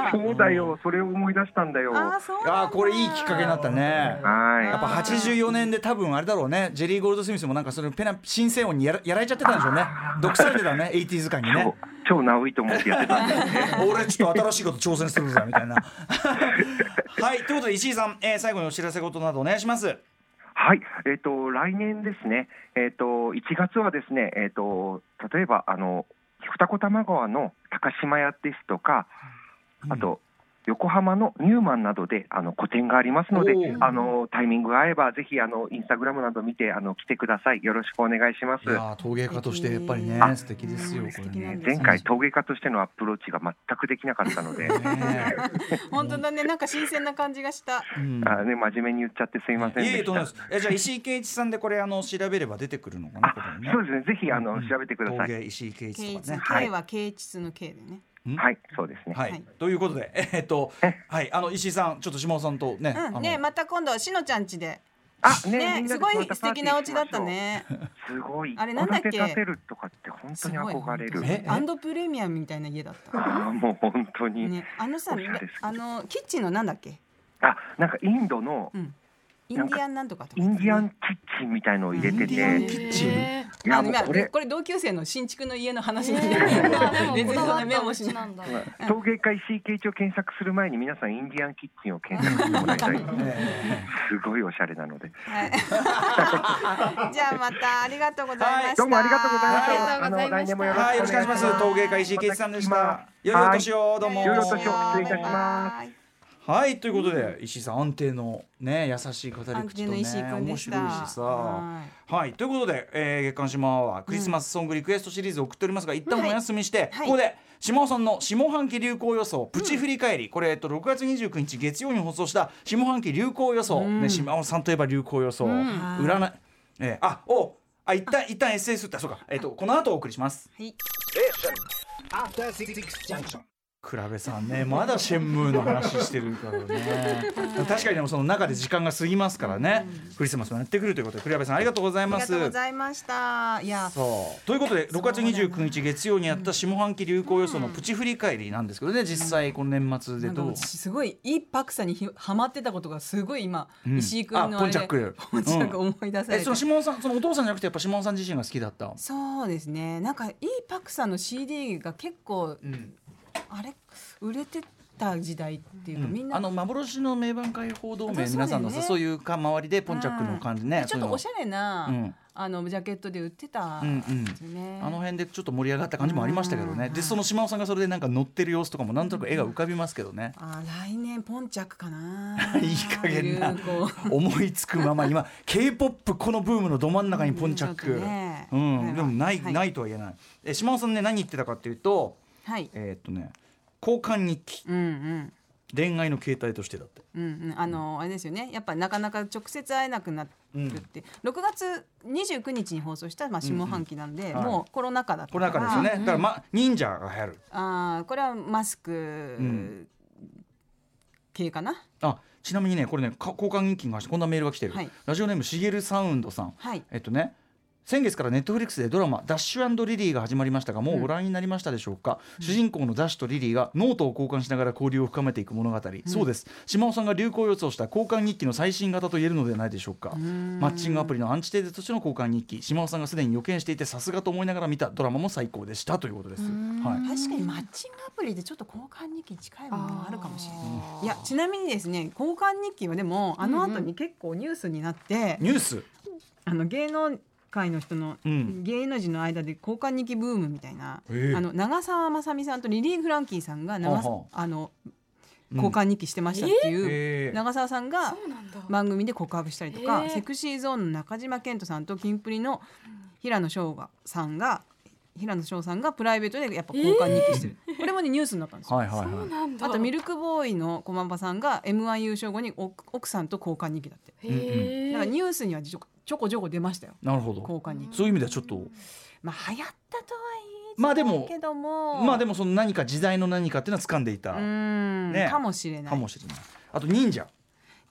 そうだよ。それを思い出したんだよ。あそうなんだあーこれいいきっかけになったね。はい。やっぱ84年で多分あれだろうねジェリー・ゴールドスミスもなんかそのペナ新鮮音にやらやられちゃってたんでしょ うね毒されてたね 80s 感にね超超ナウイと思ってやってたんで 俺ちょっと新しいこと挑戦するぞみたいな はいということで石井さん、えー最後にお知らせ事などお願いしますはい、えっ、と来年ですね、えっ、と1月はですね、えっ、と例えばあの二子玉川の高島屋ですとか、あと横浜のニューマンなどであの個展がありますのでおー、あのタイミングが合えばぜひあのインスタグラムなど見てあの来てください。よろしくお願いしまい。すやー陶芸家としてやっぱりねあ素敵ですよこれね前回陶芸家としてのアプローチが全くできなかっ たので、ね本当だねなんか新鮮な感じがしたえうんあね真面目に言っちゃってすいませんいえいえでしとんでもないで。すたえじゃあ石井圭一さんでこれあの調べれば出てくるのかなこあれねそうですね。ぜひあのうん調べてくださ陶い。芸石井圭一圭とかね一のはい K は圭一の K でねはい、そうですね。はい、はいということで、えっと、はい、あの石井さん、ちょっと島尾さんとね、あうのんねまた今度しのちゃん家であねすごい素敵なお家だった。みんでまパーティーしましょうねすごい。あれなんだっけ戸建て建てるとかって本当に憧れするご。いえアンドプレミアムみたいな家だったああもう本当に。ねあのさおしゃれですあのキッチンのなんだっけあなんかインドのうんインなんデかィアンなんとかとかインディアンキッチンみたいのを入れてて、うんいキッチンへやあのもうまあここれれ。これ同級生の新築の家の話ーなんねえでまあでもこ 全然だそわっんなメたおモし家な ないんだ。陶芸家石井圭一を検索する前に皆さんインディアンキッチンを検索してもらいたいすえごいおしゃれな のではいじゃあまたありがとうございましたどうもありがとうございました、ありがとうございましたあの来年もえよろしくおは願い、おい疲しれ様まですす。陶芸家石井圭一さんでした。良いお年を、どうも。良いお年を失礼いたしますはい、ということで、石井さん、安定のね、優しい語り安口定とのね、面石井白君いでししたさ。はいはい、ということで、えー、月刊島はクリスマスソングリクエストシリーズを送っておりますが、一旦お休みして、はいここで島尾さんの下半期流行予想プチ振り返り、これ、えっと、6月29日月曜に放送した下半期流行予想、ね、島尾さんといえば流行予想、占い、えー、あおあ一旦一旦 SS ってあそうか、えっと、この後お送りします。はいクラベさんねまだシェンムーの話してるから ね確かにでもその中で時間が過ぎますからね、クリスマスもやってくるということでクラベさんありがとうございありまがすとうございましたいやそうということで6月29日月曜にやった下半期流行予想のプチ振り返りなんですけどね実際この年末でなんかどう私すごいいいパクさにひはまってたことがすごい今、うん石井君のあれあポンチャックポンチャック思い出されえて、その下尾さんそのお父さんじゃなくてやっぱ下尾さん自身が好きだった、そうですねなんかいいパクさんの CD が結構うんあれ売れてた時代っていうか、みんなあの幻の名盤解放同あ盟そうだよね皆さんのさそういうか周りでポンチャックの感じねちょっとおしゃれな、うんあのジャケットで売ってたうんうんんですよね。あの辺でちょっと盛り上がった感じもありましたけどね、でその島尾さんがそれでなんか乗ってる様子とかもなんとなく絵が浮かびますけどね、。あ来年ポンチャックかな いい加減な流行思いつくまま今 k p o p このブームのど真ん中にポンチャッちょク、っとねうん、でもない、はいないとは言えないえ島尾さんね何言ってたかっていうとはい。えーっとね交換日記うんうん。恋愛の形態としてだってうんうん、あのあれですよねやっぱなかなか直接会えなくなるって、6月29日に放送した、まあ、下半期なんで、うんはいもうコロナ禍だったこかれらだからですよね、だから、ま、忍者が流行るあーこれはマスんク系かな、あちなみにねこれねか交換日記に関してこんなメールが来てる、はいラジオネームしげるサウンドさん、はいえっとね先月からネットフリックスでドラマ「ダッシュリリー」が始まりましたがもうご覧になりましたでしょうか、主人公のダッシュとリリーがノートを交換しながら交流を深めていく物語、そうです島尾さんが流行予想した交換日記の最新型と言えるのではないでしょうかマッチングアプリのアンチテーゼとしての交換日記島尾さんがすでに予見していてさすがと思いながら見たドラマも最高でしたということです、はい、確かにマッチングアプリでちょっと交換日記近いものがあるかもしれないいやちなみにですね交換日記はでもあの後に結構ニュースになって、ニュースあの芸能界の人の、うん芸能人の間で交換日記ブームみたいな、ええあの長澤まさみさんとリリー・フランキーさんが長さははあの交換日記してましたっていう、えー長澤さんがそうなんだ番組で告白したりとか、ええセクシーゾーンの中島健人さんとキンプリの平野翔がさんが平野翔さんがプライベートでやっぱ交換日記してる、これもねニュースになったんですよ。はいはいはいなんだあとミルクボーイの駒場さんが M1 優勝後に奥奥さんと交換日記だって。へだからーニュースにはちょちょこちょこ出ましたよ。なるほ交ど換日記。そういう意味ではちょっとまあ流行ったとは言いまあでもけども、まあでもその何か時代の何かっていうのは掴んでいたうーん、ねかもしれない。かもしれない。あと忍者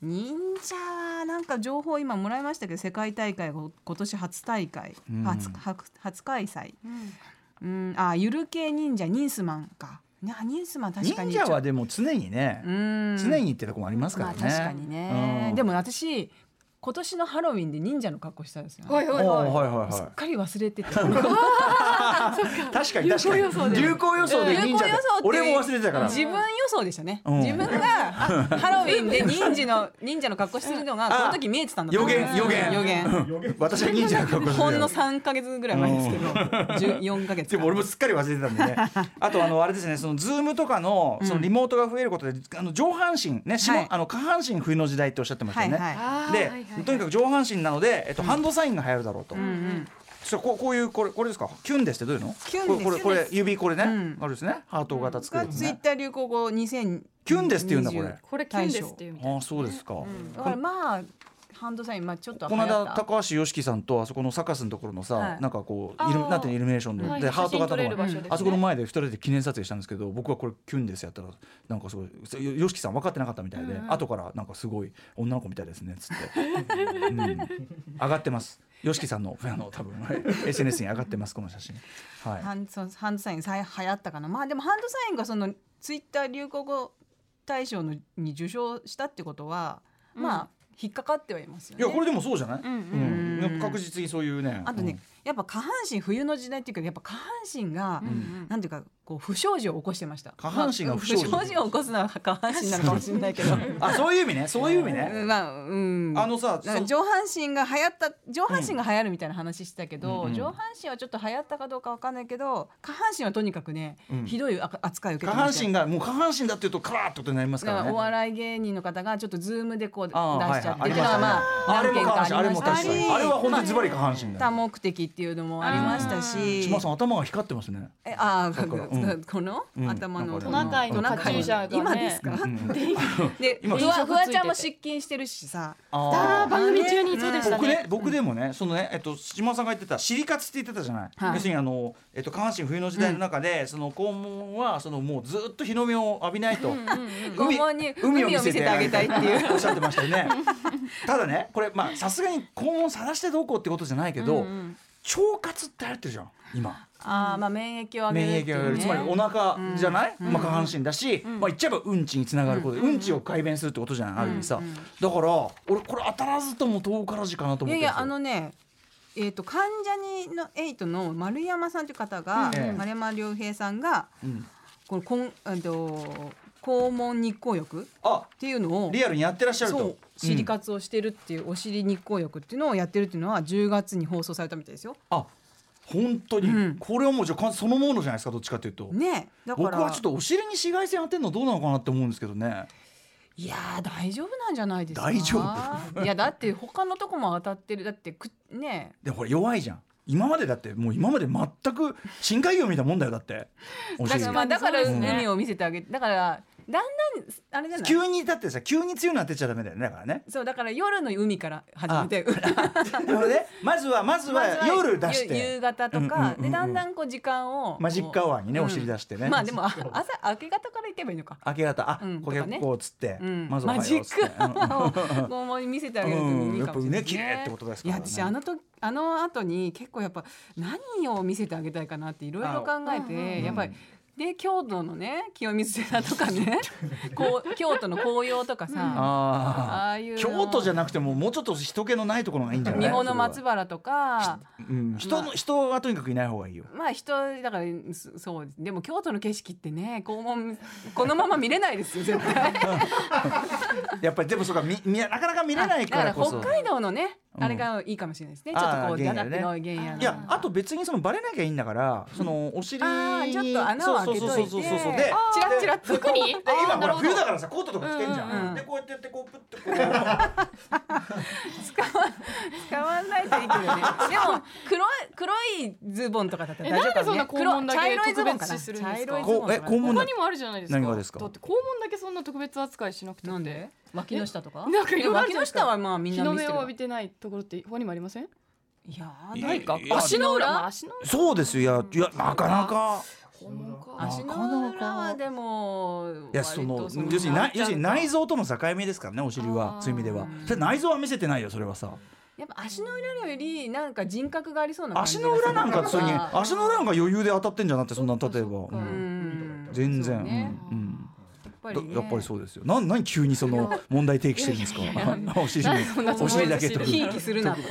忍者はなんか情報今もらいましたけど世界大会が今年初大会、うん初初初開催、うん、あゆる系忍者ニンスマンかねニンスマン確忍かに者はちでも常にねょ、うん常にってとこもありますかまらあね。確かにね、うんでも私今年のハロウィンで忍者の格好したんですよ、はいあはーいははいいはいはいすっかり忘れてて確かに確かに流行予想で忍者で流行予想って 俺も忘れてたから自分予想でしたね、うん自分があハロウィンで忍者の忍者の格好してるのがこの時見えてたんだと思う予言予言予言私は忍者の格好してたよほんの三ヶ月ぐらい前ですけど、14ヶ月かでも俺もすっかり忘れてたんで ねあとあのあれですねそのズームとかのそのリモートが増えることで、あの上半身ね、下はいあの下半身冬の時代っておっしゃってましたよね、はいはいあーで、はいはいとにかく上半身なので、えっと、ハンドサインが流行るだろうと、うんそしたらこうこういうこれこれですかキュンですってどういうのキュンですこれこれこれ指これね、うんあるですねハート型作がる、ね、ツイッター流行語2000キュンですって言うんだこれこれキュンですっていうみたいああそうですか、だからまあハンドサインまあちょっとこ流の行った間高橋良樹さんとあそこのサカスのところのさ、はいなんかこうあーイルなんていうのイルミネーションの、はいでハート型写真撮れのる場所ですねあそこの前で二人で記念撮影したんですけど僕はこれキュンですやったらなんかすごいよ良樹さん分かってなかったみたいで、後からなんかすごい女の子みたいですねっつって、うん、上がってます良樹さんのあの多分 SNS に上がってますこの写真はいハンそうハンドサインさい流行ったかなまあでもハンドサインがそのツイッター流行語大賞のに受賞したってことは、まあ引っかかってはいますよいね。やこれでもそうじゃない、うんんなんか確実にそういうねあとね、やっぱ下半身冬の時代っていうかやっぱ下半身が、なんていうかこう不祥事を起こしてました下半身が不祥事まあ不祥事を起こすのは下半身なのかもしれない けどうんあそういう意味ねそういう意味うんね、まあうんあのさなんそか上半身が流行った上半身が流行るみたいな話してたけど、うんうん上半身はちょっと流行ったかどうかわかんないけど下半身はとにかくね、うんひどいあ扱いを受け下てま半した身がもう下半身だっていうとカラーってことになりますだかかららねお笑い芸人の方がちょっとズームでこう出しちあーゃってはいはいっていうのはまああれ何も下件か半身ああれりもました確かにしあれは本当にズバリ下半身だ多よ目的っていうのもありましたし島さん頭が光ってますねえあだからうー、この、うん頭のなんかトナカイのカチューシャがね今ですか、で今フワフワちゃんもついて失禁してるしさああー番組中にそうでした僕ねね僕でもねそのねえっと島さんが言ってた尻活って言ってたじゃないはい要するにあのえっと下半身冬の時代の中でその肛門はそのもうずっと日の目を浴びないと海肛門に海を見せてあげたいっていう おっしゃってましたよねただねこれまあさすがに肛門晒してどうこうってことじゃないけど腸活って流行ってるじゃん今あーまあ免疫を上げ免るっ疫が上がるていう、ね、つまりお腹じゃない、まあ、下半身だし、まあ、言っちゃえばうんちにつながることで、うんちを改便するってことじゃないある意味さ、だから俺これ当たらずとも遠からずかなとい思っやているんですよやあのねえー、と患者にのエイトの丸山さんという方が、うん丸山良平さんがうんこのこんあの肛門日光浴あっていうのをリアルにやってらっしゃるとそう尻活をしてるっていう、お尻日光浴っていうのをやってるっていうのは10月に放送されたみたいですよ。あ本当に、うんこれはもうじゃあかそのものじゃないですかどっちかというと、ねえだから僕はちょっとお尻に紫外線当てるのどうなのかなって思うんですけどねいやー大丈夫なんじゃないですか大丈夫いやだって他のとこも当たってるだってくねでもこれ弱いじゃん今までだってもう今まで全く深海魚みたいなもんだよだっておえだ尻からまあだからそうですね海を見せてあげてだからだんだんあれじゃない急にだってさ急に強いの当てちゃダメだよねだからねそうだから夜の海から始めて なのでまずはまずまずはは夜出しゆて夕方とうんうんうんかうんでだんだんこう時間をマジックアワーにねうんお尻出してねまあでもあ朝明け方から行けばいいのか明け方あうんこれとかねこうつってうんまずはおはようっつってを 肛門に見せてあげるとうんいやいっかぱもしれないねです綺ね麗ってことですいからやね私あのとあの後に結構やっぱ何を見せてあげたいかなっていろいろ考えあうんてやっぱりで京都のね清水寺とか ねこう京都の紅葉とかさあ ああいうーの京都じゃなくてももうちょっと人気のないところがいいんじゃない三保の松原とかうん人の人はとにかくいない方がいいよまあ人だからそそうでも京都の景色ってね肛門 このまま見れないですよ絶対やっぱりでもそうかみ みなかなか見れないからだこからそ北海道のねうんあれがいいかもしれないですね、あーちょっとこう原だ野ねだっぺの原野のいやあと別にそのバレなきゃいいんだからそのお尻あーにちょっと穴を開けといそてうそうそうそうそうでチラッチラッと特にで今あーほなるらほ冬どだからさコートとか着てんじゃん、うんうんでこうやってやってこうプッてこう使わないとい いけどねでも黒い黒いズボンとかだったら大丈夫かもねえなんでそんな肛門だけ黒茶色いズボンかな特別視するんですか茶色いズこボンうえとか肛門他だにもあるじゃないですか何がですかだって肛門だけそんな特別扱いしなくてなんで脇の下とかなんかいろいろあるじゃない脇のですか下はまあみん日なの見せ目てをる浴びてないところって他にもありませんいやーいないかいや足のまあ裏足のそうですよいやいやなかなか肛門か足の裏はでもいやその割との要するにな要するに内ち臓との境目ですからねお尻はあーそういう意味ではそれ内臓は見せてないよそれはさゃんとやっぱ足の裏よりなんか人格がありそうな感じ足がの裏なんかすそるれにら足の裏なんか余裕で当たってんじゃなくてそんな例えば、ううんん全然そうねうんうんやっだやっぱりうそうですよ。なん何急にその問題提起してるんですか。 お尻にお尻だけと。ひいきするなと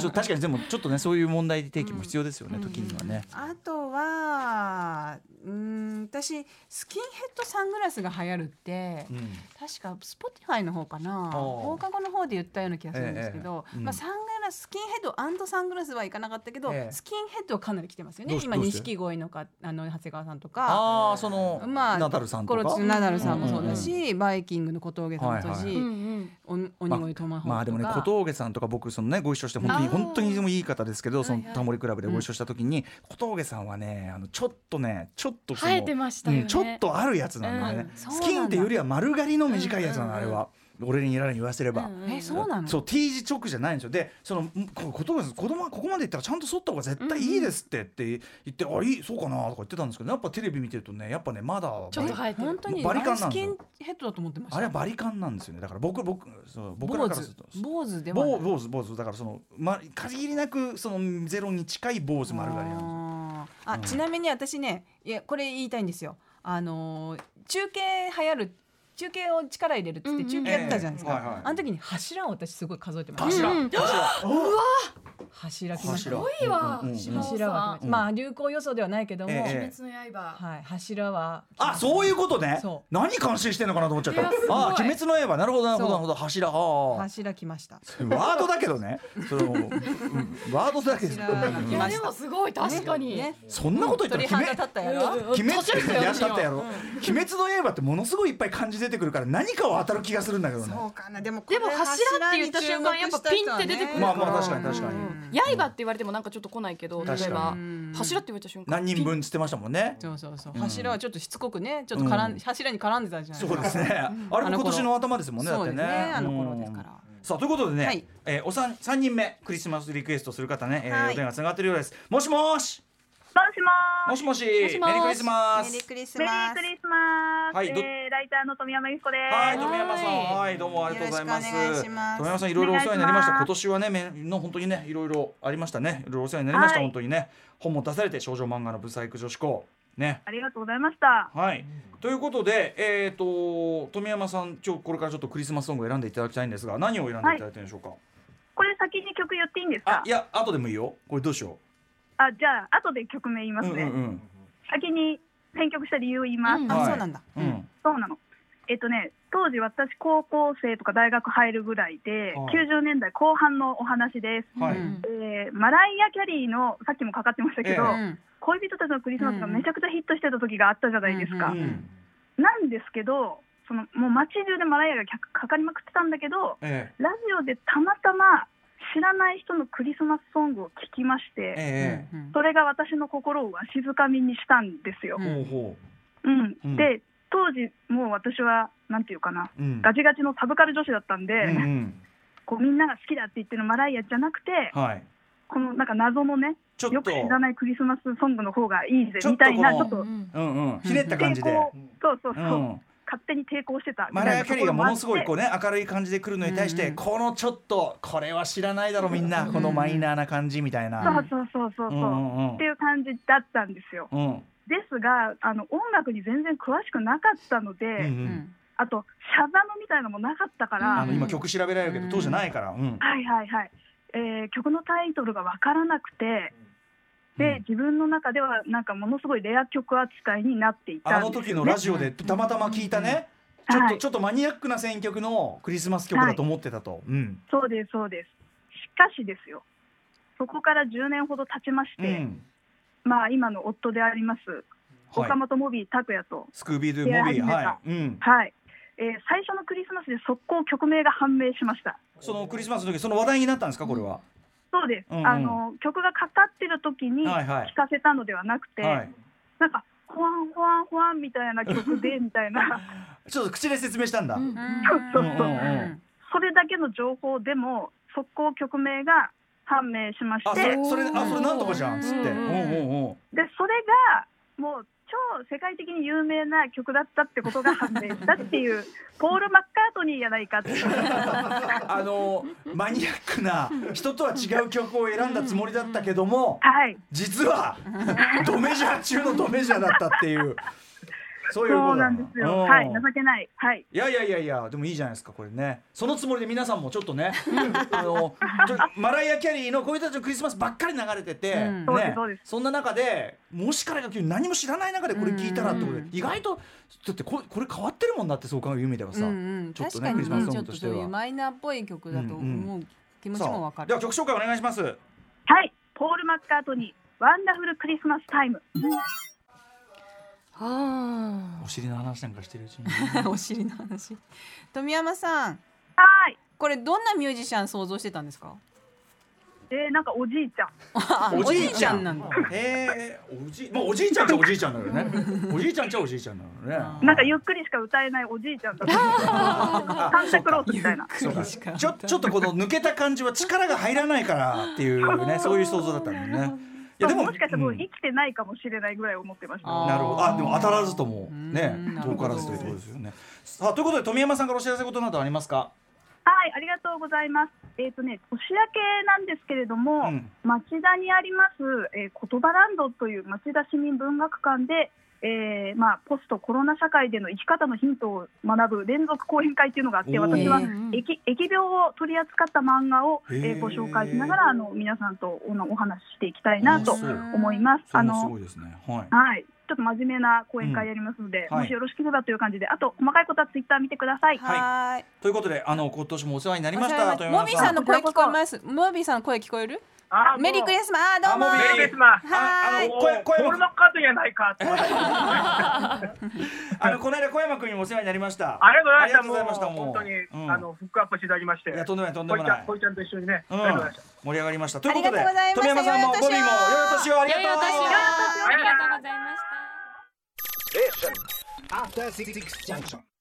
ちょ確かにでもちょっとねそういう問題提起も必要ですよね、時にはね。あとはうーん私スキンヘッドサングラスが流行るって、うん確か Spotify の方かなあー放課後の方で言ったような気がするんですけど、ええええうんまあ、サングラススキンヘッドサングラスはいかなかったけど、ええスキンヘッドはかなり来てますよねどうし今どうして錦鯉のかあの長谷川さんとか。ああその、まあ、ナダルさんとコロかチ。ナダルさんもそうだし、バイキングの小峠さんもそうだし、はういんうんお鬼越トマホークとか、まあでもね小峠さんとか僕そのねご一緒して本当にあー本当にでもいい方ですけどそのはいはいタモリクラブでご一緒した時に小峠さんはねあのちょっとねちょっとその生えてましたよねうんちょっとあるやつなんだよね、うんスキンっていうよりは丸刈りの短いやつなのあれは、俺にいらない言わせれば。えそうなのそう T 字直じゃないんですよでそのんこ子供です子供はここまでいったらちゃんと剃った方が絶対いいですってって言って、あいいそうかなとか言ってたんですけどやっぱテレビ見てるとねやっぱねまだちょっと生えて本る当にバリカンなスんですキよンヘッドだと思ってましたあれはバリカンなんですよねだから僕僕そう僕ら坊から主すると坊主ではな坊い坊主坊主だからその、ま、限りなくそのゼロに近い坊主丸刈りなんですよあーあうんちなみに私ねいやこれ言いたいんですよあのー中継流行る中継を力入れるっうつっんうてん中継やってたじゃないですええはいはいかあの時に柱を私すごい数えてまし柱、うん柱た柱来ました柱ねいいわうんうんうん島尾さん柱はうんまあ流行予想ではないけども、ええ鬼滅の刃はい、柱はあそういうことねそ何感心してんのかなと思っちゃったいやすごいあ鬼滅の刃なるほどなるほどそうなるほど柱ああ柱来ましたワードだけどね。それもうんワードだけです。知らなかっいたやでもすごい確かにねそんなこと言鳥ったら肌鬼滅立ったやろ鬼滅立ちますいよやだってやろ。鬼滅の刃ってものすごいいっぱい漢字出てくるから何かを当たる気がするんだけどね。そうかなでもこでれも柱って言った瞬間やっぱピンって出てくるからまあまあ確かに確かに刃って言われてもなんかちょっと来ないけど例確かえにばうん柱って言われた瞬間何人分つってましたもんね。そうそうそう、ん柱はちょっとしつこくねちょっと絡ん、うん柱に絡んでたじゃないそうですね。あれも今年の頭ですもんね。だそっうてですねね。あの頃ですかうらん。さあということでね、はいえーおさん三人目クリスマスリクエストする方ね、えーはいお電話つながってるようです。もしもし。もしももーししもし。もしもしメリークリスマメスリー。クリスメリマースクリスマス、はいどえー、ライターの富山由紀子ではい、す富山さん、はい、どうもありがとうございます。よろしくお願いします富山さん、いろいろお世話になりました。今お願いしま年はね、めの本当にね、いろいろありましたね。いろいろお世話になりました。はい本当にね、本も出されて、少女漫画のブサイク女子校。ね、ありがとうございましたはい。ということで、えっ、と、富山さん、今日これからちょっとクリスマスソングを選んでいただきたいんですが、何を選んでいただいたんでしょうか。これ先に曲言っていいんですあか、いや、後でもいいよ。これどうしよあじゃあ後で曲名言いまう。うんすうんね、うん。先に選曲した理由を言います、うんあ、はいそうなんだ。うん。そうなの。えっとね、当時私高校生とか大学入るぐらいで、はい90年代後半のお話です。はいうんえーマライア・キャリーのさっきもかかってましたけど、えうん恋人たちのクリスマスがめちゃくちゃヒットしてた時があったじゃないですか、うんうんなんですけどそのもう街中でマライアがかかかりまくってたんだけどえラジオでたまたま知らない人のクリスマスソングを聴きましえてえうんそれが私の心をわしづかみにしたんですよえう、ほうんほうんうんで当時もう私はなんていうかなううんガチガチのサブカル女子だったんで、うんうんこうみんなが好きだって言ってるマライアじゃなくてはいこのなんか謎のねちょっとよく知らないクリスマスソングの方がいいぜちょっみとたこういなちょっうとんうんうんひねった感じ抵で抗そうそううそう、ん勝手に抵抗してたみマたライいア・なとキャリこーろがものっすごいてこうね明るい感じで来るのに対して、うんうんこのちょっとこれは知らないだろみんな、このマイナーな感じみたいそな。うそうそうそうそうう、んうんうんっていう感じだったんですようんうんですがあの音楽に全然詳しくなかったので、うんうんあとシャザムみたいなのもなかったかあら、の今曲調べられるけど当時ないから、うんはいはいはい、えー曲のタイトルが分からなくてで、自分の中ではなんかものすごいレア曲扱いになっていたあんのです時よのねラジオでたまたま聞いたね、うちんょっと、はいちょっとマニアックな選曲のクリスマス曲だと思ってたと、うん、そうですそうですしかしですよそこから10年ほど経ちましうて、ん、まあ今の夫でありますはい岡本モビー拓也と、スクービードゥモビー出会い始めたはい、うん、はい、えー最初のクリスマスで速攻曲名が判明しました。そのクリスマスの時その話題になったんですかこれは、そうです。うんうんあの曲がかかってる時にはい聞はいかせたのではなくて、はいなんかほわんほわんほわんみたいな曲でみた いな、ちょっと口で説明したんだ、うんそううんそううんそれだけの情報でも速攻曲名が判明しましあそて、れでそれあそれなんとかじゃんっつって、ううんうんんうん、それがもう超世界的に有名な曲だったってことが判明したっていう ポール・マッカートニーやないかっていう。あのマニアックな人とは違う曲を選んだつもりだったけどもはい、実はドメジャー中のドメジャーだったっていうそういうこそとうだなんですよ。うんはい、情けない。はい。いやいやいやいやでもいいじゃないですかこれねそのつもりで皆さんもちょっとねあのちょマライア・キャリーのこういう人たちのクリスマスばっかり流れてて、うんそうですねそうですそんな中でもし彼が急に何も知らない中でこれ聞いたらってことで、うん意外とだってこれこれ変わってるもんだってそう考える夢ではさ、うんうんちょっと確ねかクにリスマスソンねちグょっととしそてうは。いうマイナーっぽい曲だと思う気持ちもわかさあでるは。曲紹介お願いします。はい、ポール・マッカートニー、ワンダフルクリスマスタイム。お尻の話なんかしてるうちに。 お尻の話。富山さん、はい、これどんなミュージシャン想像してたんですか？えー、なんかおじいちゃん。あおじいちゃんなんだ。へえ、おじい、まあおじいちゃんちゃおじいちゃんだよね。おじいちゃんちゃおじいちゃんだよね。なんかゆっくりしか歌えないおじいちゃんだった。サンタクロースみたいな。そうかしかちょちょっとこの抜けた感じは力が入らないからっていうね、そういう想像だったんだよね。いやでも、もしかしたらもう生んきてないかもしれないぐらい思ってました。あなるほど。あ、でも当たらずともねうん、遠からずということですよね。さあということで富山さんからお知らせことなどありますか。はい、ありがとうございます。えっ、とね、年明けなんですけれども、うん町田にあります、えー、言葉ランドという町田市民文学館で、えーまあ、ポストコロナ社会での生き方のヒントを学ぶ連続講演会というのがあっおて、ー私はうんうん疫疫病を取り扱った漫画を、へえーーご紹介しながらあの皆さんとおお話ししていきたいなとあそう思います。そあれもすごのいですね。はい。はいちょっと真面目な講演会やりますので、うんはいもしよろしければという感じで、あと細かいことはツイッター見てください。はーい。ということであの今年もお世話になりましお世話た。にな富りまモ山ビーさんの声聞こえこちます。モビーさんの声聞こえる？あメリークリスマス。あーどうもあモビーメリークリスマスああはーのい。声声ポールのカートやないかってあのこの間小山君にもお世話になりました。ありがとあうございりがました。とうもうご本ざ当にいました。うんあのフックアップしていただきまして、いやとんでもないとんでこもいちないゃん。こいちゃんと一緒にね、うありがとうござんいまし盛り上がりました。た。ということでありがとうございまし富た山さんもボビーも良いお年をありがとう。良いお年をありがとうございました。 After Six Junction.